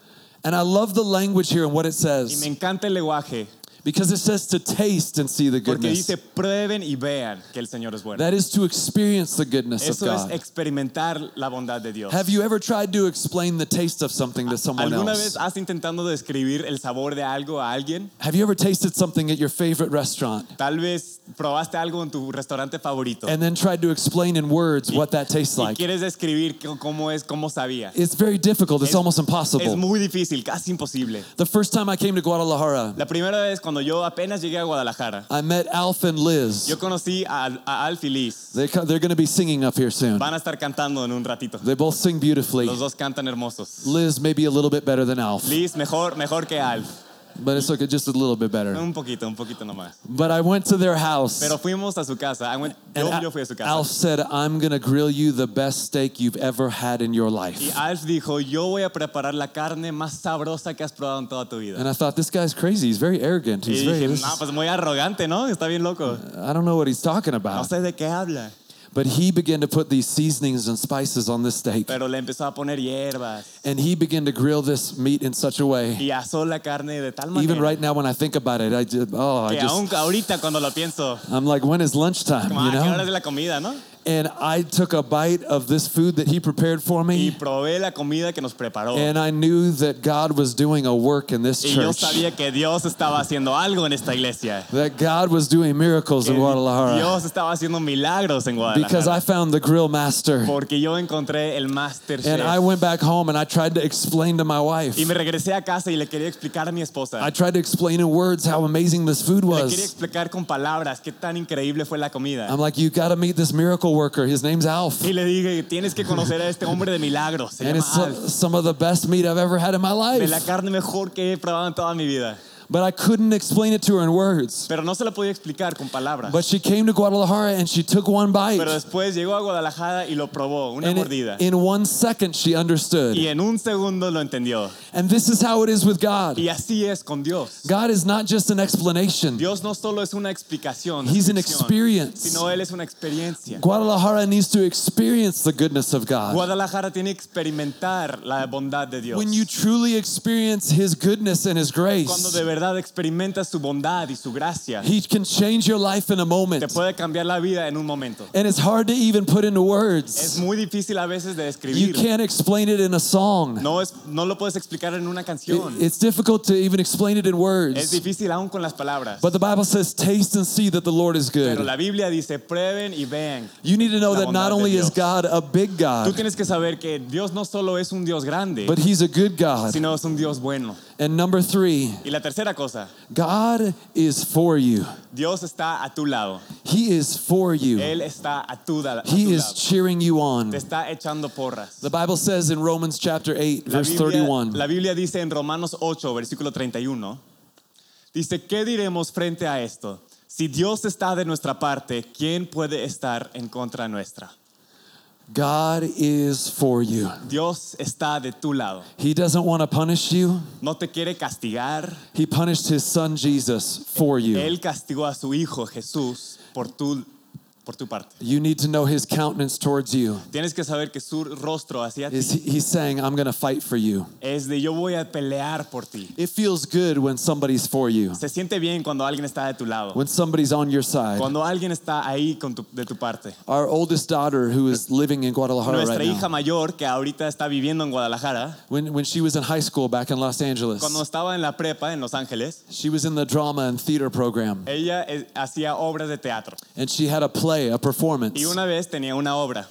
B: and I love the language here and what it
C: Y me
B: says
C: encanta el lenguaje,
B: because it says to taste and see the
C: porque
B: goodness.
C: dice, prueben y vean que el Señor es bueno.
B: That is to experience the goodness of
C: Eso es
B: God.
C: experimentar la bondad de Dios.
B: Have you ever tried to explain the taste of something to someone
C: ¿Alguna
B: else?
C: vez has intentado describir el sabor de algo a alguien?
B: Have you ever tasted something at your favorite restaurant
C: Tal vez probaste algo en tu restaurante favorito
B: and then tried to explain in words what that tastes
C: y
B: like?
C: quieres describir c- cómo es, cómo sabía.
B: It's very difficult. It's
C: Es-
B: almost
C: Es
B: impossible.
C: muy difícil, casi imposible.
B: The first time I came to Guadalajara,
C: La primera vez cuando yo apenas llegué a Guadalajara,
B: I met Alf and Liz.
C: yo conocí a, a Alf y Liz.
B: They, co- they're going to be singing up here soon.
C: Van a estar cantando en un ratito.
B: They both sing beautifully.
C: Los dos cantan hermosos.
B: Liz maybe a little bit better than Alf,
C: Liz mejor, mejor que Alf.
B: but it's okay, just a little bit better.
C: Un poquito, un poquito nomás.
B: But I went to their house.
C: Pero fuimos a su casa. I went-
B: And
C: yo,
B: Al-
C: yo fui a su casa.
B: Alf said, I'm going to grill you the best steak you've ever had in your
C: Y
B: life.
C: Alf dijo, yo voy a preparar la carne más sabrosa que has probado en toda tu vida.
B: And I thought, this guy's crazy. He's very arrogant.
C: Y
B: He's very,
C: dije,
B: this
C: no,
B: is-
C: pues muy arrogante, ¿no? Está bien loco.
B: I don't know what he's talking
C: No
B: about.
C: sé de qué habla.
B: But he began to put these seasonings and spices on this steak.
C: Pero le empezó a poner hierbas
B: And he began to grill this meat in such a way.
C: y asó la carne de tal manera
B: Even right now, when I think about it, I just, oh, I
C: que aún
B: just,
C: ahorita cuando lo pienso,
B: I'm like, when is lunchtime,
C: como, ah,
B: you
C: ¿qué hora
B: know?
C: es la comida, no?
B: And I took a bite of this food that he prepared for
C: Y
B: me.
C: probé la comida que nos preparó.
B: And I knew that God was doing a work in this
C: Oh. Y yo
B: church,
C: sabía que Dios estaba haciendo algo en esta iglesia.
B: that God was doing miracles
C: Que
B: in Guadalajara.
C: Dios estaba haciendo milagros en
B: Because
C: Guadalajara.
B: I found the grill master.
C: Porque yo encontré el Master
B: And I
C: Chef.
B: went back home and I tried to explain to my wife.
C: Y me regresé a casa y le quería explicar a mi esposa.
B: I tried to explain in words how amazing this food
C: Le quería
B: was.
C: explicar con palabras qué tan increíble fue la comida.
B: I'm like, you got to meet this miracle worker. His name's Alf.
C: Y le dije, tienes que conocer a este hombre de milagros. Se
B: And
C: llama
B: it's so-
C: Alf.
B: some of the best meat I've ever had in my
C: De la
B: life.
C: carne mejor que he probado en toda mi vida.
B: But I couldn't explain it to her in words.
C: Pero no se lo podía explicar con palabras.
B: But she came to Guadalajara and she took one bite.
C: Pero después llegó a Guadalajara y lo probó, una
B: And
C: mordida.
B: it- in one second, she understood.
C: y en un segundo lo entendió.
B: And this is how it is with God
C: Y así es con Dios.
B: God is not just an explanation,
C: Dios no solo es una explicación,
B: He's an
C: descripción,
B: experience.
C: sino Él es una experiencia.
B: Guadalajara needs to experience the goodness of God.
C: Guadalajara tiene que experimentar la bondad de Dios.
B: When you truly experience His goodness and His
C: Cuando
B: grace,
C: de verdad experimentas su bondad y su gracia,
B: He can change your life in a
C: te
B: moment.
C: puede cambiar la vida en un momento.
B: And it's hard to even put into
C: Es
B: words.
C: muy difícil a veces de
B: You
C: describir.
B: can't explain it in a song.
C: No, es, no lo puedes explicar en una canción.
B: It- it's difficult to even explain it in
C: Es
B: words.
C: difícil aún con las palabras.
B: But the Bible says, taste and see that the Lord is
C: Pero
B: good.
C: la Biblia dice, prueben y vean.
B: You need to know
C: la
B: that not
C: bondad de
B: only is
C: Dios.
B: God a big
C: Tú
B: God, Pues,
C: tienes que saber que Dios no solo es un Dios grande,
B: but He's a good God.
C: sino es un Dios bueno.
B: And number three,
C: Y la tercera cosa,
B: God is for you.
C: Dios está a tu lado.
B: He is for you.
C: Él está a tu, da- a tu
B: He
C: lado.
B: is cheering you on.
C: Te está echando porras.
B: The Bible says in Romans chapter 8,
C: La
B: verse
C: Biblia,
B: 31,
C: la Biblia dice en Romanos 8, versículo 31, dice, ¿qué diremos frente a esto? Si Dios está de nuestra parte, ¿quién puede estar en contra nuestra?
B: God is for you.
C: Dios está de tu lado.
B: He doesn't want to punish you.
C: No te quiere castigar.
B: He punished his son Jesus for you.
C: Él castigó a su hijo Jesús por tu, por tu parte.
B: You need to know his countenance towards you.
C: Tienes que saber que su rostro hacia ti
B: Is he- he's saying, I'm going to fight for you.
C: es de yo voy a pelear por ti.
B: It feels good when somebody's for you,
C: Se siente bien cuando alguien está de tu lado.
B: when somebody's on your side.
C: Cuando alguien está ahí con tu- de tu parte.
B: Our oldest daughter, who is living in Guadalajara
C: Nuestra
B: right
C: hija
B: now,
C: mayor, que ahorita está viviendo en Guadalajara,
B: when, when she was in high school back in Los
C: cuando
B: Angeles,
C: estaba en la prepa en Los Ángeles,
B: she was in the drama and theater program,
C: ella eh, hacía obras de teatro.
B: and she had a play, a
C: Y
B: performance,
C: una vez tenía una obra.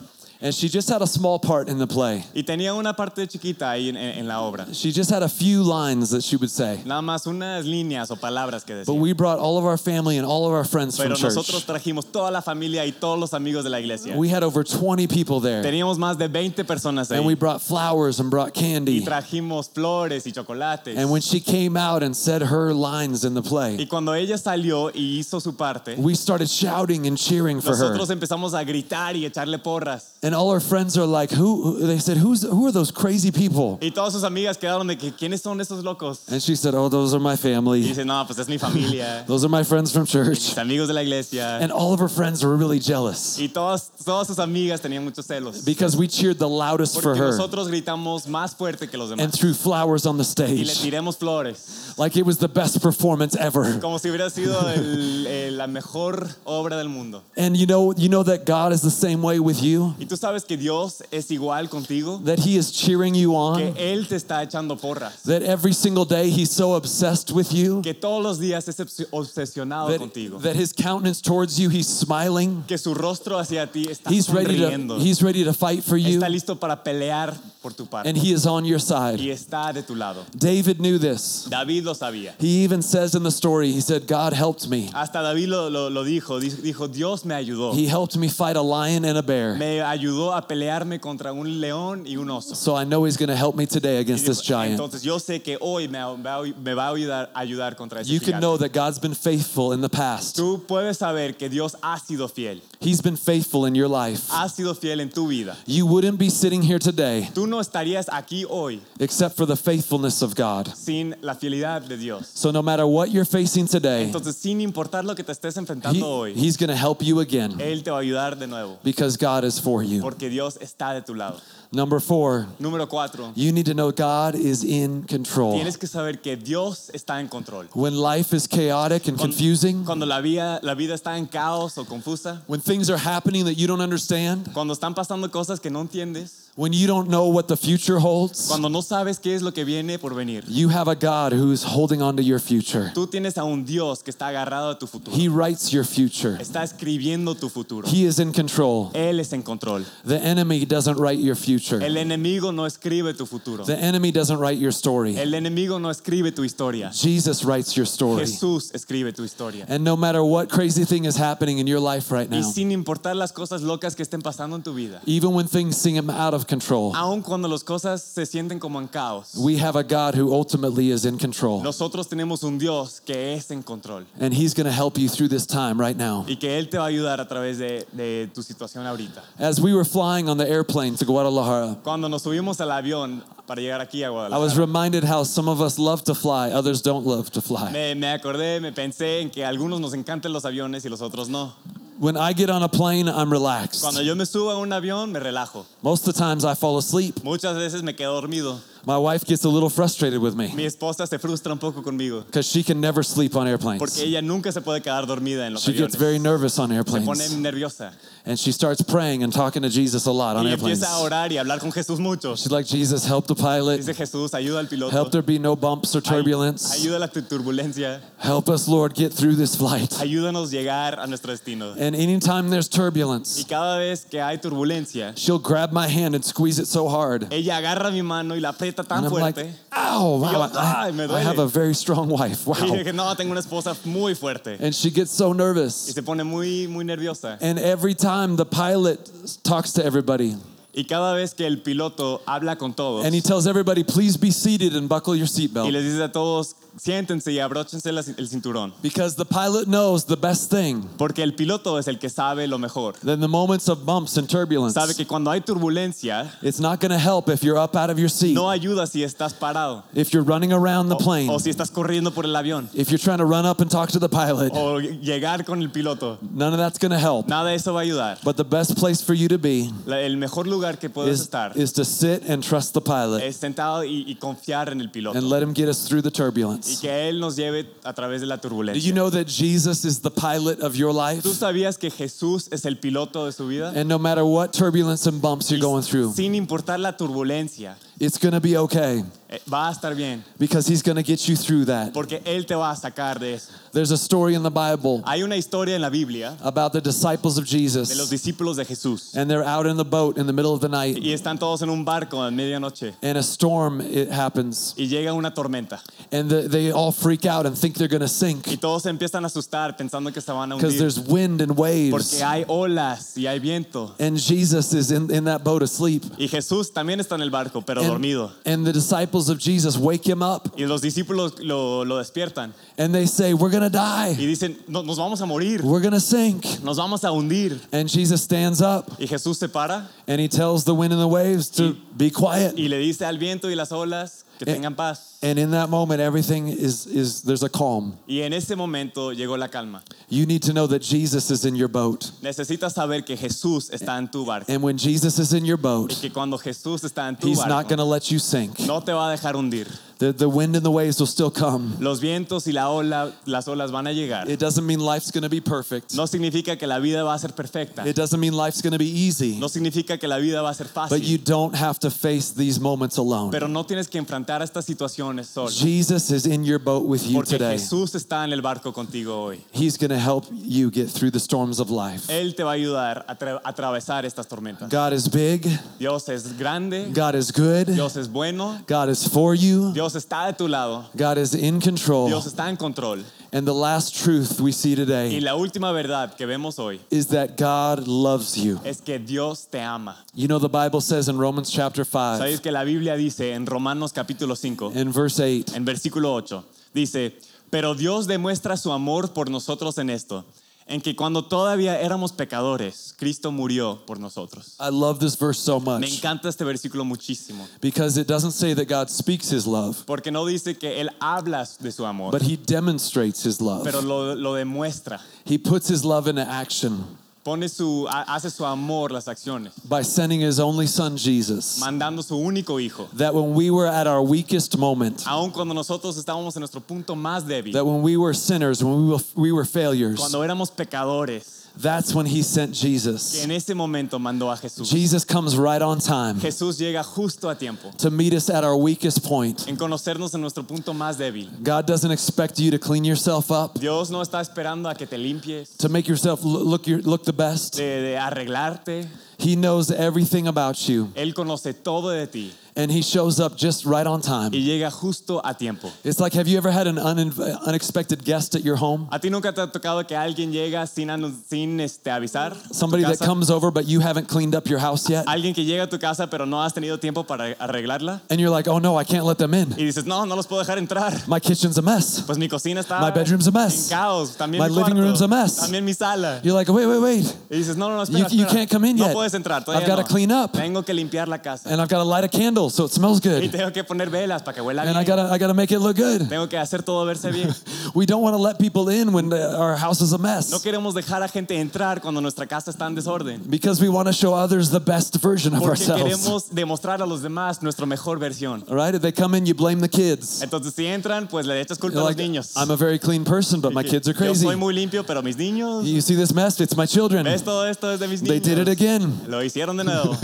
B: and she just had a small part in the play.
C: Y tenía una parte chiquita ahí en, en- en la obra.
B: She just had a few lines that she would say.
C: Nada más unas líneas o palabras que
B: But
C: decía.
B: we brought all of our family and all of our friends from
C: Pero nosotros
B: church.
C: trajimos toda la familia y todos los amigos de la iglesia.
B: We had over 20 people there,
C: Teníamos más de 20 personas
B: and we
C: ahí.
B: brought flowers and brought
C: Y
B: candy.
C: trajimos flores y chocolates.
B: And when she came out and said her lines in the play,
C: Y cuando ella salió y hizo su parte,
B: we started shouting and cheering for her.
C: nosotros empezamos a gritar y echarle porras.
B: And all her friends are like, "Who?" who- They said, "Who's? Who are those crazy people?"
C: Y todas sus amigas quedaron de que, ¿quiénes son esos locos?
B: And she said, "Oh, those are my
C: Y
B: family.
C: dice, no, pues es mi familia,
B: Those are my friends from church."
C: mis amigos de la iglesia.
B: And all of her friends were really jealous
C: Y todas, todas sus amigas tenían muchos celos.
B: because we cheered the loudest for
C: Porque
B: her
C: nosotros gritamos más fuerte que los demás.
B: and threw flowers on the
C: Y le
B: stage
C: tiremos flores.
B: like it was the best performance ever.
C: Como si hubiera sido el- el- la mejor obra del mundo.
B: And you know, you know that God is the same way with you.
C: Y tú sabes que Dios es igual contigo,
B: That He is cheering you
C: que
B: on.
C: Él te está echando porras,
B: That every single day He's so obsessed with you.
C: que todos los días es obs- obsesionado
B: That,
C: contigo,
B: that His countenance towards you, He's smiling.
C: que su rostro hacia ti está
B: He's ready
C: sonriendo,
B: to. He's ready to fight for you.
C: está listo para pelear por tu parte
B: and he is on your
C: y
B: side.
C: está de tu lado.
B: David knew this.
C: David lo sabía.
B: He even says in the story, he said, God helped me.
C: Hasta David lo, lo- lo dijo, di- dijo, Dios me ayudó.
B: He helped me fight a lion and a bear.
C: Ah. Me ayudó a pelearme contra un león y un oso.
B: So I know he's going to help me today
C: Y
B: against
C: dijo,
B: this giant.
C: Entonces yo sé que hoy me, va a- me va a ayudar, ayudar contra ese
B: You can
C: gigante.
B: know that God's been faithful in the past.
C: Tú puedes saber que Dios ha sido fiel,
B: He's been faithful in your life.
C: ha sido fiel en tu vida.
B: You wouldn't be sitting here today
C: Tú no estarías aquí hoy
B: except for the faithfulness of God.
C: sin la fidelidad de Dios.
B: So no matter what you're facing today,
C: Entonces, sin importar lo que te estés
B: he-
C: enfrentando hoy, Eh.
B: he's going to help you again
C: Él te va a ayudar de nuevo,
B: because God is for you.
C: porque Dios está de tu lado.
B: Number four,
C: Número cuatro,
B: you need to know God is in control.
C: tienes que saber que Dios está en control.
B: When life is chaotic and
C: Cuando-
B: confusing,
C: Cuando la vida, la vida está en caos o confusa,
B: when things are happening that you don't understand,
C: cuando están pasando cosas que no entiendes,
B: when you don't know what the future holds,
C: cuando no sabes qué es lo que viene por venir,
B: you have a God who's holding on to your future.
C: tú tienes a un Dios que está agarrado a tu futuro,
B: He writes your future.
C: está escribiendo tu futuro.
B: He is in control.
C: Él es en control.
B: The enemy doesn't write your future.
C: El enemigo no escribe tu futuro.
B: The enemy doesn't write your story.
C: El enemigo no escribe tu historia.
B: Jesus writes your story.
C: Jesús escribe tu historia.
B: And no matter what crazy thing is happening in your life right
C: Y
B: now,
C: sin importar las cosas locas que estén pasando en tu vida,
B: even when things seem out of control,
C: aun cuando las cosas se sienten como en caos,
B: we have a God who ultimately is in control.
C: nosotros tenemos un Dios que es en control
B: And he's going to help you through this time right now.
C: y que Él te va a ayudar a través de, de tu situación ahorita.
B: As we were flying on the airplane to Guadalajara,
C: Cuando nos subimos al avión para llegar aquí a
B: I was
C: Guadalajara,
B: reminded how some of us love to fly, others don't love to fly.
C: me, me acordé, me pensé en que a algunos nos encantan los aviones y los otros no.
B: When I get on a plane, I'm
C: Cuando
B: relaxed.
C: yo me subo a un avión, me relajo.
B: Most of the times, I fall asleep.
C: Muchas veces me quedo dormido.
B: My wife gets a little frustrated with me
C: Mi esposa se frustra un poco conmigo
B: because she can never sleep on
C: porque
B: airplanes.
C: ella nunca se puede quedar dormida en los
B: She gets
C: aviones.
B: very nervous on
C: Se pone
B: airplanes
C: nerviosa
B: and she starts praying and talking to Jesus a lot on
C: y
B: airplanes.
C: empieza a orar y a hablar con Jesús mucho.
B: She's like, Jesus, help the pilot.
C: Dice Jesús, ayuda al piloto.
B: Help there be no bumps or
C: Ay-
B: turbulence.
C: Ayuda a la tu- turbulencia.
B: Help us, Lord, get through this flight.
C: Ayúdanos llegar a nuestro destino.
B: And anytime there's
C: Y
B: turbulence,
C: cada vez que hay turbulencia,
B: she'll grab my hand and squeeze it so hard.
C: ella agarra mi mano y la aprieta aprieta
B: And
C: tan
B: I'm like,
C: fuerte.
B: ow,
C: Yo,
B: wow, I,
C: ay, me
B: I have
C: duele.
B: a very strong wife.
C: Y
B: Wow.
C: dije, no, tengo una esposa muy fuerte.
B: And she gets so
C: Y
B: nervous.
C: se pone muy, muy nerviosa.
B: And every time the pilot talks to everybody
C: Y cada vez que el piloto habla con todos
B: and he tells everybody, please be seated and buckle your
C: y
B: seatbelt.
C: les dice a todos, siéntense y abróchense la cin- el cinturón.
B: Because the pilot knows the best thing.
C: Porque el piloto es el que sabe lo mejor.
B: Then the moments of bumps and turbulence,
C: Sabe que cuando hay turbulencia,
B: it's not going to help if you're up out of your seat,
C: no Oh, ayuda si estás parado
B: if you're running around the plane,
C: o si estás corriendo por el avión
B: if you're trying to run up and talk to the pilot.
C: o llegar con el piloto.
B: None of that's going to help.
C: Nada de eso va a ayudar.
B: But the best place for you to be
C: La- el mejor lugar que puedes
B: is,
C: estar
B: is to sit and trust the pilot
C: es sentado y, y confiar en el
B: and
C: piloto
B: let him get us through the
C: y
B: turbulence.
C: que él nos lleve a través de la
B: Do you
C: turbulencia.
B: know that Jesus is the pilot of your life?
C: ¿Tú sabías que Jesús es el piloto de su vida?
B: And no matter what turbulence and bumps you're
C: Y
B: going through,
C: Sin importar la turbulencia,
B: it's going to be okay
C: eh, va a estar bien,
B: because he's going to get you through that.
C: porque Él te va a sacar de eso.
B: There's a story in the Bible
C: Hay una historia en la Biblia
B: about the disciples of
C: de los
B: Jesus,
C: discípulos de Jesús
B: and they're out in the boat in the middle of the night,
C: y están todos en un barco a medianoche
B: and a storm it happens,
C: y llega una tormenta
B: and the, they all freak out and think they're going to
C: y
B: sink
C: todos se empiezan a asustar pensando que se van a
B: because
C: hundir
B: there's wind and waves.
C: porque hay olas y hay viento
B: And Jesus is in, in that boat asleep.
C: y Jesús también está en el barco pero
B: And,
C: dormido
B: and the disciples of Jesus wake him up
C: y los discípulos lo, lo despiertan
B: and they say, We're going to
C: y
B: die.
C: dicen "No- nos vamos a morir
B: We're going to sink.
C: nos vamos a hundir
B: And Jesus stands up
C: y Jesús se para
B: and he tells the wind and the waves to be quiet.
C: y le dice al viento y las olas que
B: Eh.
C: tengan paz
B: And in that moment, everything is, is there's a calm.
C: y en ese momento llegó la calma
B: You need to know that Jesus is in your boat.
C: necesitas saber que Jesús está en tu barco
B: And when Jesus is in your
C: y
B: boat,
C: que cuando Jesús está en tu
B: he's not
C: barco
B: going to let you sink.
C: no te va a dejar hundir
B: The, the wind and the waves will still come.
C: Los vientos y la ola, las olas van a llegar.
B: It doesn't mean life's going to be perfect.
C: No significa que la vida va a ser perfecta.
B: It doesn't mean life's going to be easy.
C: No significa que la vida va a ser
B: But you
C: fácil.
B: don't have to face these moments alone.
C: Pero no tienes que enfrentar a estas situaciones solo.
B: Jesus is in your boat with you
C: Porque
B: today.
C: Jesús está en el barco contigo hoy.
B: He's going to help you get through the storms of life.
C: Él te va a ayudar a tra- a atravesar estas tormentas.
B: God is big.
C: Dios es grande,
B: God is good.
C: Dios es bueno,
B: God is for you.
C: Dios está de tu lado,
B: God is in control.
C: Dios está en control.
B: And the last truth we see
C: Y
B: today
C: la última verdad que vemos hoy
B: is that God loves you.
C: es que Dios te ama.
B: You know, the Bible says in Romans chapter
C: Sabéis
B: 5
C: que la Biblia dice en Romanos capítulo 5
B: and verse 8
C: en versículo 8. Dice, pero Dios demuestra su amor por nosotros en esto, en que cuando todavía éramos pecadores, Cristo murió por nosotros.
B: I love this verse so
C: Me
B: much
C: encanta este versículo muchísimo,
B: because it doesn't say that God speaks his love,
C: porque no dice que Él habla de su amor,
B: but he demonstrates his
C: pero
B: love.
C: lo, lo demuestra.
B: He puts his love into action
C: Pone su, ha- hace su amor las acciones,
B: by sending his only son, Jesus.
C: mandando su único hijo.
B: that when we were at our weakest moment,
C: Aun cuando nosotros estábamos en nuestro punto más débil,
B: that when we were sinners, when we were, we were failures,
C: cuando éramos pecadores,
B: that's when he sent
C: que
B: Jesus.
C: en ese momento mandó a Jesús.
B: Jesus comes right on time
C: Jesús llega justo a tiempo
B: to meet us at our weakest point.
C: en conocernos en nuestro punto más débil.
B: God doesn't expect you to clean yourself up,
C: Dios no está esperando a que te limpies,
B: to make yourself lo- look, your, look the best.
C: de, de arreglarte.
B: He knows everything about you,
C: Él conoce todo de ti
B: and he shows up just right on time.
C: y llega justo a tiempo.
B: It's like, have you ever had an uninv- unexpected guest at your home?
C: ¿A ti nunca te ha tocado que alguien llega sin, anu- sin este, avisar? a tu
B: Somebody that
C: casa?
B: comes over, but you haven't cleaned up your house yet?
C: Alguien que llega a tu casa pero no has tenido tiempo para arreglarla
B: And you're like, oh no, I can't let them in.
C: y dices, no, no los puedo dejar entrar.
B: My kitchen's a mess.
C: Pues mi cocina está
B: My bedroom's a
C: en
B: mess.
C: caos, también
B: My
C: mi
B: living
C: cuarto,
B: room's a mess.
C: también mi sala.
B: You're like, wait, wait, wait.
C: Y dices, no, no, no, espera,
B: You- you
C: espera.
B: can't come in
C: no
B: yet.
C: puedes entrar,
B: I've
C: todavía
B: gotta
C: no.
B: clean up.
C: Tengo que limpiar la casa
B: And I've got to light a candle so it smells
C: y
B: good.
C: tengo que poner velas para que huela
B: And I got
C: bien.
B: to I got to make it look good.
C: Tengo que hacer todo verse bien.
B: We don't want to let people in when the, our house is a
C: No
B: mess
C: queremos dejar a gente entrar cuando nuestra casa está en desorden.
B: because we want to show others the best version of
C: Porque
B: ourselves.
C: queremos demostrar a los demás nuestra mejor versión.
B: All right? If they come in, you blame the kids.
C: Entonces, si entran, pues le echas culpa
B: You're
C: a
B: like,
C: los niños.
B: I'm a very clean person, but my
C: Que
B: kids are
C: Yo
B: crazy.
C: soy muy limpio, pero mis niños,
B: You see this mess? It's my children.
C: ves todo esto es de mis
B: They
C: niños.
B: did it again.
C: Lo hicieron de nuevo.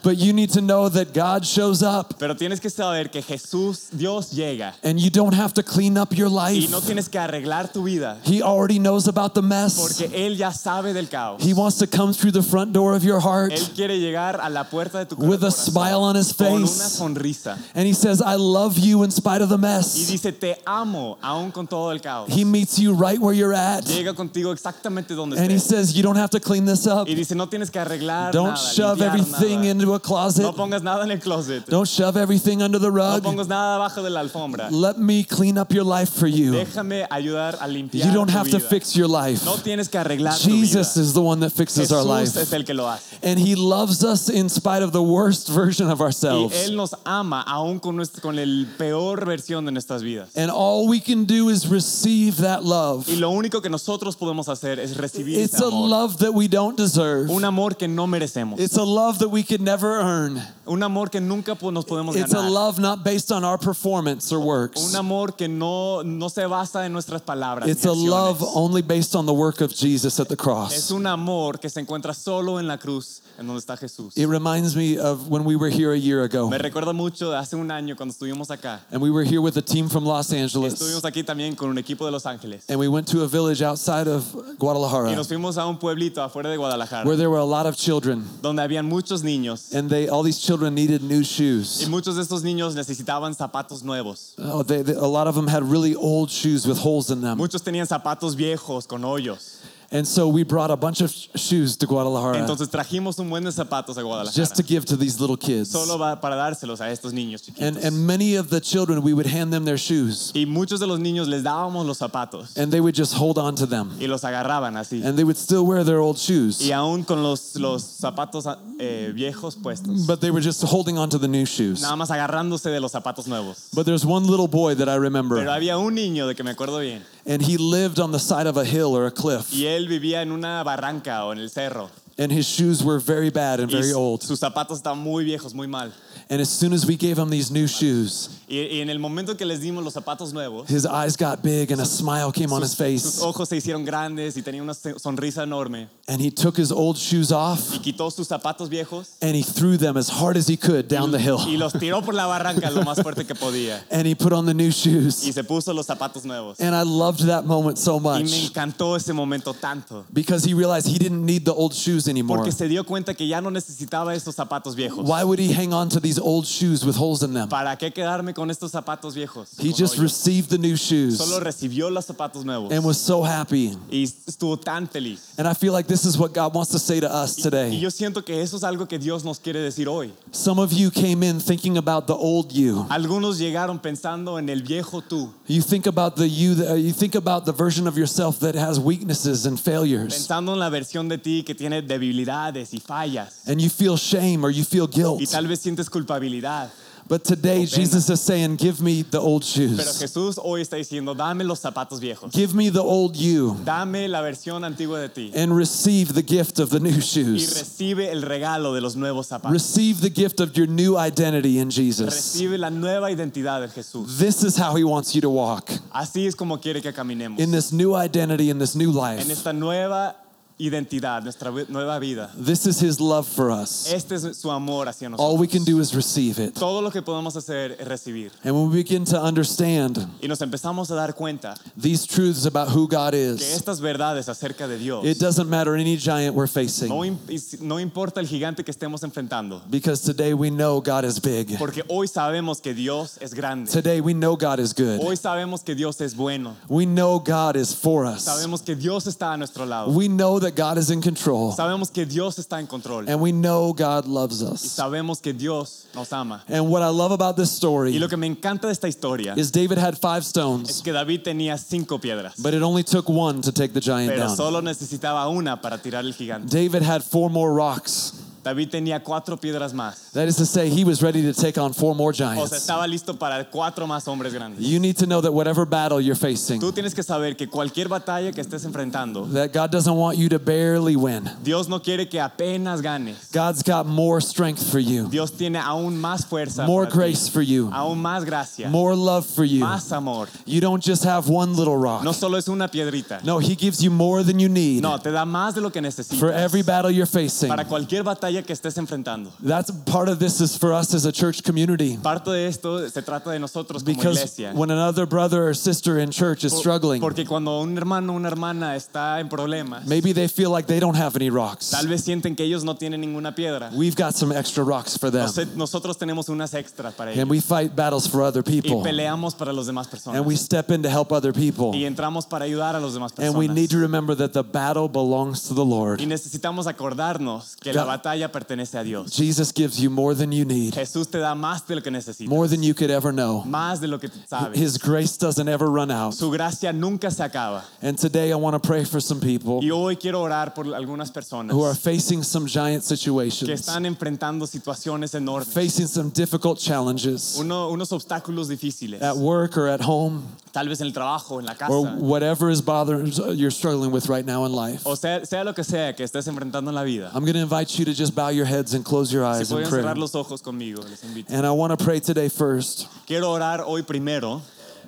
B: But you need to know that God shows up,
C: Pero tienes que saber que Jesús, Dios llega
B: and you don't have to clean up your
C: y
B: life.
C: no tienes que arreglar tu vida
B: He already knows about the mess.
C: porque Él ya sabe del caos.
B: He wants to come through the front door of your
C: Él
B: heart,
C: quiere llegar a la puerta de tu
B: With a
C: corazón
B: smile on his
C: con una
B: face.
C: sonrisa
B: and He says, I love you in spite of the
C: y
B: mess.
C: dice te amo aún con todo el caos.
B: He meets you right where you're at,
C: Llega contigo exactamente donde
B: and He
C: estés
B: says, You don't have to clean this up.
C: y dice no tienes que arreglar
B: Don't
C: nada,
B: shove
C: limpiar
B: everything
C: nada.
B: into a closet.
C: No pongas nada en el closet.
B: Don't shove everything under the
C: No
B: rug.
C: pongas nada abajo de la alfombra.
B: Let me clean up your life for you.
C: Déjame ayudar a limpiar
B: You don't
C: tu
B: have to
C: vida.
B: fix your life.
C: No tienes que arreglar
B: Jesus
C: tu vida.
B: is the one that fixes our
C: Jesús
B: life.
C: es el que lo hace.
B: And he loves us in spite of the worst version of
C: Y
B: ourselves.
C: Él nos ama aún con, nuestra- con el peor versión de nuestras vidas.
B: And all we can do is receive that love.
C: Y lo único que nosotros podemos hacer es recibir
B: It's
C: ese
B: a
C: amor.
B: love that we don't deserve.
C: Un amor que no merecemos.
B: It's a love that we could never earn.
C: Un amor que nunca po- nos podemos
B: It's a
C: ganar.
B: love not based on our performance or works.
C: Un amor que no, no se basa en nuestras palabras. ni
B: It's a love
C: acciones.
B: only based on the work of Jesus at the
C: Es
B: cross.
C: un amor que se encuentra solo en la cruz, en donde está Jesús.
B: It reminds me of when we were here a year ago.
C: Me recuerda mucho de hace un año cuando estuvimos acá.
B: And we were here with a team from Los Angeles.
C: Estuvimos aquí también con un equipo de Los Ángeles.
B: And we went to a village outside of
C: Y
B: Guadalajara
C: nos fuimos a un pueblito afuera de Guadalajara,
B: where there were a lot of children.
C: donde habían muchos niños.
B: And they, all these children needed new
C: Y
B: shoes.
C: muchos de estos niños necesitaban zapatos nuevos.
B: Oh, they, they- a lot of them had really old shoes with holes in them.
C: Muchos tenían zapatos viejos con hoyos.
B: And so we brought a bunch of sh- shoes to Guadalajara
C: Entonces trajimos un buen de zapatos a Guadalajara.
B: Ah. just to give to these little kids.
C: Solo va- para dárselos a estos niños
B: And,
C: chiquitos.
B: and many of the children, we would hand them their shoes
C: Y muchos de los niños les dábamos los zapatos
B: and they would just hold on to them.
C: y los agarraban así.
B: And they would still wear their old
C: Y
B: shoes,
C: aún con los, los zapatos eh, viejos puestos.
B: but they were just holding on to the new shoes.
C: Nada más agarrándose de los zapatos nuevos.
B: But there's one little boy that I
C: Pero
B: remember,
C: había un niño de que me acuerdo bien.
B: and he lived on the side of a hill or a cliff.
C: Y él vivía en una barranca o en el cerro.
B: and his shoes were very bad and
C: Y
B: very
C: su-
B: old.
C: sus zapatos estaban muy viejos, muy mal.
B: And as soon as we gave him these new shoes,
C: Y, y en el momento que les dimos los zapatos nuevos,
B: his eyes got big and a smile came on his
C: sus
B: face.
C: ojos se hicieron grandes y tenía una se- sonrisa enorme.
B: And he took his old shoes off
C: Y quitó sus zapatos viejos
B: and he threw them as hard as he could down the
C: y
B: hill.
C: los tiró por la barranca lo más fuerte que podía.
B: And he put on the new
C: Y
B: shoes.
C: se puso los zapatos nuevos.
B: And I loved that moment so
C: Y me
B: much
C: encantó ese momento tanto.
B: because he realized he didn't need the old shoes anymore.
C: Porque se dio cuenta que ya no necesitaba esos zapatos viejos.
B: Why would he hang on to these old shoes with holes in them?
C: ¿Para qué quedarme con estos zapatos viejos?
B: He
C: Con
B: just
C: hoyos.
B: received the new
C: Solo
B: shoes
C: recibió los zapatos nuevos.
B: and was so happy.
C: Y estuvo tan feliz.
B: And I feel like this is what God wants to say to us
C: Y
B: today.
C: yo siento que eso es algo que Dios nos quiere decir hoy.
B: Some of you came in thinking about the old you.
C: Algunos llegaron pensando en el viejo tú,
B: You think about the you that, uh, you think about the version of yourself that has weaknesses and failures
C: pensando en la versión de ti que tiene debilidades y fallas.
B: and you feel shame or you feel
C: Y
B: guilt.
C: tal vez sientes culpabilidad.
B: But today
C: pena.
B: Jesus is saying give me the old
C: Pero
B: shoes.
C: Jesús hoy está diciendo, dame los zapatos viejos.
B: Give me the old you
C: Dame la versión antigua de ti.
B: and receive the gift of the new
C: Y
B: shoes.
C: recibe el regalo de los nuevos zapatos.
B: Receive the gift of your new identity in Jesus.
C: Recibe la nueva identidad de Jesús.
B: This is how he wants you to walk
C: Así es como quiere que caminemos.
B: in this new identity in this new
C: En
B: life.
C: esta nueva identidad, nuestra vi- nueva vida.
B: This is his love for us.
C: Este es su amor hacia nosotros.
B: All we can do is receive it.
C: Todo lo que podemos hacer es recibir.
B: And when we begin to understand
C: Y nos empezamos a dar cuenta
B: these truths about who God
C: que
B: is,
C: estas verdades acerca de Dios,
B: It doesn't matter any giant we're
C: no,
B: facing
C: im- no importa el gigante que estemos enfrentando,
B: because today we know God is big.
C: porque hoy sabemos que Dios es grande.
B: Today we know God is good.
C: Hoy sabemos que Dios es bueno.
B: We know God is for us.
C: Sabemos que Dios está a nuestro lado.
B: We know that God is in control
C: Sabemos que Dios está en control.
B: and we know God loves
C: Y
B: us.
C: sabemos que Dios nos ama.
B: And what I love about this
C: Y
B: story
C: lo que me encanta de esta historia
B: is David had five
C: es
B: stones,
C: que David tenía cinco piedras,
B: but it only took one to take the giant
C: pero
B: down.
C: solo necesitaba una para tirar el gigante.
B: David had four more rocks.
C: David tenía cuatro piedras más.
B: That is to say, he was ready to take on four more
C: O sea,
B: giants.
C: estaba listo para cuatro más hombres grandes.
B: You need to know that whatever battle you're facing,
C: Tú tienes que saber que cualquier batalla que estés enfrentando,
B: that God doesn't want you to barely win.
C: Dios no quiere que apenas ganes.
B: God's got more strength for you.
C: Dios tiene aún más fuerza,
B: more
C: para ti,
B: grace for you,
C: aún más gracia,
B: more love for you.
C: más amor.
B: You don't just have one little
C: No
B: rock.
C: solo es una piedrita.
B: No, He gives you more than you need
C: No, te da más de lo que necesitas
B: for every battle you're facing.
C: para cualquier batalla que estés enfrentando.
B: That's part part of this is for us as a church community.
C: Parte de esto se trata de nosotros como
B: Because
C: iglesia.
B: when another brother or sister in church is
C: Por-
B: struggling,
C: Porque cuando un hermano o una hermana está en problemas,
B: maybe they feel like they don't have any rocks.
C: tal vez sienten que ellos no tienen ninguna piedra.
B: We've got some extra rocks for them.
C: Nos- Nosotros tenemos unas extras para ellos.
B: And we fight battles for other
C: Y
B: people.
C: peleamos para las demás
B: And
C: personas.
B: we step in to help other
C: Y
B: people.
C: entramos para ayudar a las demás
B: And we need to
C: personas.
B: remember that the battle belongs to the
C: Y
B: Lord.
C: necesitamos acordarnos que la
B: God-
C: batalla pertenece a Dios.
B: Jesus gives you more than you need,
C: Jesús te da más de lo que necesitas,
B: more than you could ever know.
C: más de lo que sabes.
B: His grace doesn't ever run out.
C: Su gracia nunca se acaba.
B: And today I want to pray for some people
C: Y hoy quiero orar por algunas personas
B: who are facing some giant
C: que
B: situations,
C: están enfrentando situaciones enormes,
B: facing some difficult challenges
C: uno- unos obstáculos difíciles,
B: at work or at home
C: tal vez en el trabajo, en la
B: or
C: casa,
B: whatever is bothering you're struggling with right now in life.
C: o sea, sea lo que sea que estés enfrentando en la vida.
B: I'm going to invite you to just bow your heads and close your
C: Si
B: eyes in
C: pueden
B: prayer.
C: cerrar los ojos conmigo, les invito.
B: And I want to pray today first
C: Quiero orar hoy primero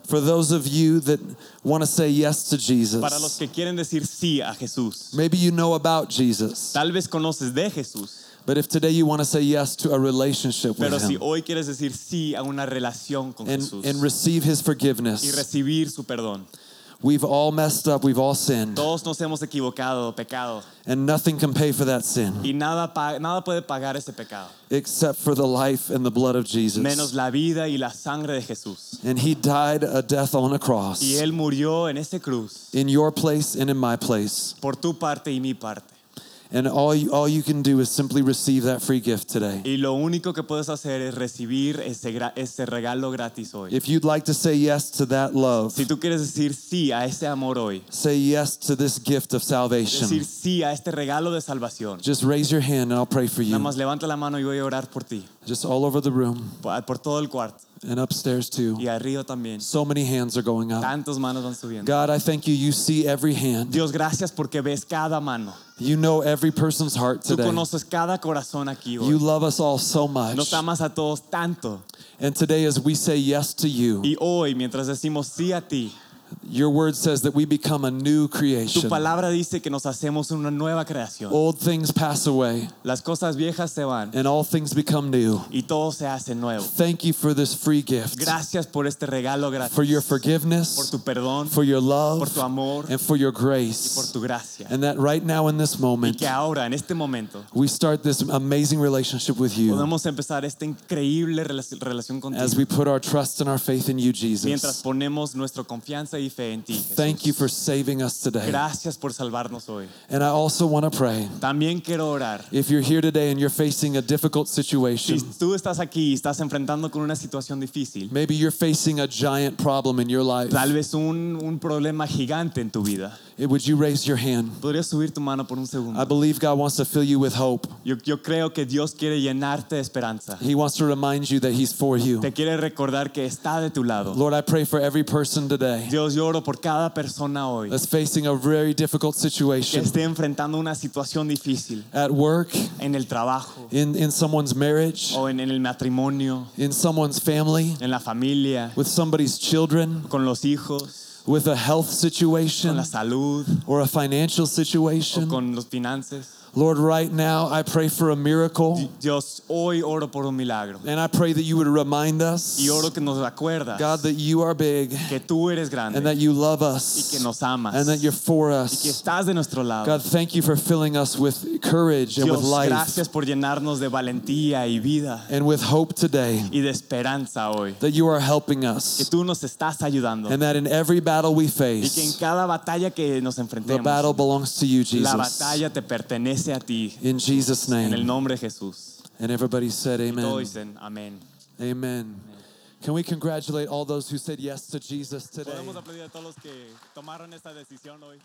B: For those of you that want to say yes to
C: para
B: Jesus,
C: los que quieren decir sí a Jesús.
B: maybe you know about Jesus,
C: Tal vez conoces de Jesús,
B: but if today you want to say yes to a relationship
C: pero
B: with
C: si
B: Him
C: hoy quieres decir sí a una relación con
B: and,
C: Jesús
B: and receive His
C: y
B: forgiveness,
C: recibir su perdón.
B: we've all messed up, we've all sinned,
C: Todos nos hemos equivocado, pecado,
B: and nothing can pay for that sin
C: y nada, pa- nada puede pagar ese pecado,
B: except for the life and the blood of
C: menos
B: Jesus.
C: la vida y la sangre de Jesús.
B: And He died a death on a
C: Y
B: cross
C: Él murió en ese cruz
B: in your place and in my place.
C: por tu parte y mi parte.
B: And all you, all you can do is simply receive that free gift today.
C: Y lo único que puedes hacer es recibir ese, gra- ese regalo gratis hoy.
B: If you'd like to say yes to that love,
C: Si tú quieres decir sí a ese amor hoy,
B: say yes to this gift of salvation.
C: decir sí a este regalo de salvación,
B: Just raise your hand and I'll pray for
C: nada
B: you.
C: más levanta la mano y voy a orar por ti,
B: Just all over the room
C: por por todo el cuarto
B: and upstairs too.
C: y arriba también.
B: So many hands are going up.
C: Tantos manos van subiendo.
B: God, I thank you. You see every hand.
C: Dios, gracias porque ves cada mano.
B: You know every person's heart
C: Tú
B: today.
C: conoces cada corazón aquí
B: You
C: hoy.
B: love us all so much.
C: Nos amas a todos tanto.
B: And today, as we say yes to you,
C: Y hoy, mientras decimos sí a ti,
B: your word says that we become a new
C: tu
B: creation.
C: palabra dice que nos hacemos una nueva creación.
B: Old things pass away
C: Las cosas viejas se van
B: and all things become new.
C: y todo se hace nuevo.
B: Thank you for this free gift,
C: Gracias por este regalo gratis.
B: for your
C: Por
B: forgiveness,
C: tu perdón,
B: for your
C: por
B: love,
C: tu amor,
B: and for your
C: por
B: grace.
C: tu gracia.
B: And that right now in this
C: Y
B: moment,
C: que ahora, en este momento,
B: we start this amazing relationship with you
C: podemos empezar esta increíble relac- relación
B: as
C: contigo
B: we put our trust and our faith in you,
C: mientras
B: Jesus.
C: ponemos nuestra confianza y fe en ti. Jesús.
B: Thank you for saving us today.
C: Gracias por salvarnos hoy.
B: And I also want to pray
C: También quiero orar.
B: if you're here today and you're facing a difficult
C: Si
B: situation,
C: tú estás aquí y estás enfrentando con una situación difícil,
B: maybe you're facing a giant problem in your life,
C: tal vez un, un problema gigante en tu vida,
B: Eh, would you raise your hand?
C: podrías subir tu mano por un segundo.
B: I believe God wants to fill you with hope.
C: Yo, yo creo que Dios quiere llenarte de esperanza.
B: He wants to remind you that He's for you.
C: Te quiere recordar que está de tu lado.
B: Lord, I pray for every person today
C: Dios, yo oro por cada persona hoy
B: that's facing a very difficult
C: que
B: situation
C: esté enfrentando una situación difícil
B: at work,
C: en el trabajo
B: in, in someone's marriage,
C: o en, en el matrimonio,
B: in someone's family.
C: en la familia,
B: with somebody's children,
C: con los hijos,
B: with a health
C: con
B: situation,
C: la salud,
B: or a financial
C: o
B: situation.
C: con los finanzas.
B: Lord, right now, I pray for a miracle.
C: Dios, hoy oro por un milagro
B: And I pray that you would remind
C: y
B: us,
C: oro que nos acuerdas
B: God, that you are big
C: que tú eres
B: and
C: grande
B: that you love
C: y que
B: us
C: nos amas
B: and that you're for
C: y que
B: us.
C: estás de nuestro lado.
B: God, thank you for filling us with courage and with
C: Dios,
B: life
C: gracias por llenarnos de valentía y vida
B: and with hope today,
C: y de esperanza hoy.
B: that you are helping
C: Que
B: us
C: tú nos estás ayudando
B: and that in every battle we
C: y que en
B: face,
C: cada batalla que nos
B: the
C: enfrentemos,
B: battle belongs to you,
C: la
B: Jesus.
C: batalla te pertenece a ti.
B: In Jesus'
C: En el
B: name.
C: nombre de Jesús.
B: And everybody said,
C: Y todos
B: Amen.
C: dicen amén.
B: Amen. Can we congratulate all those who said yes to Jesus today?
C: Podemos aplaudir a todos los que tomaron esta decisión hoy.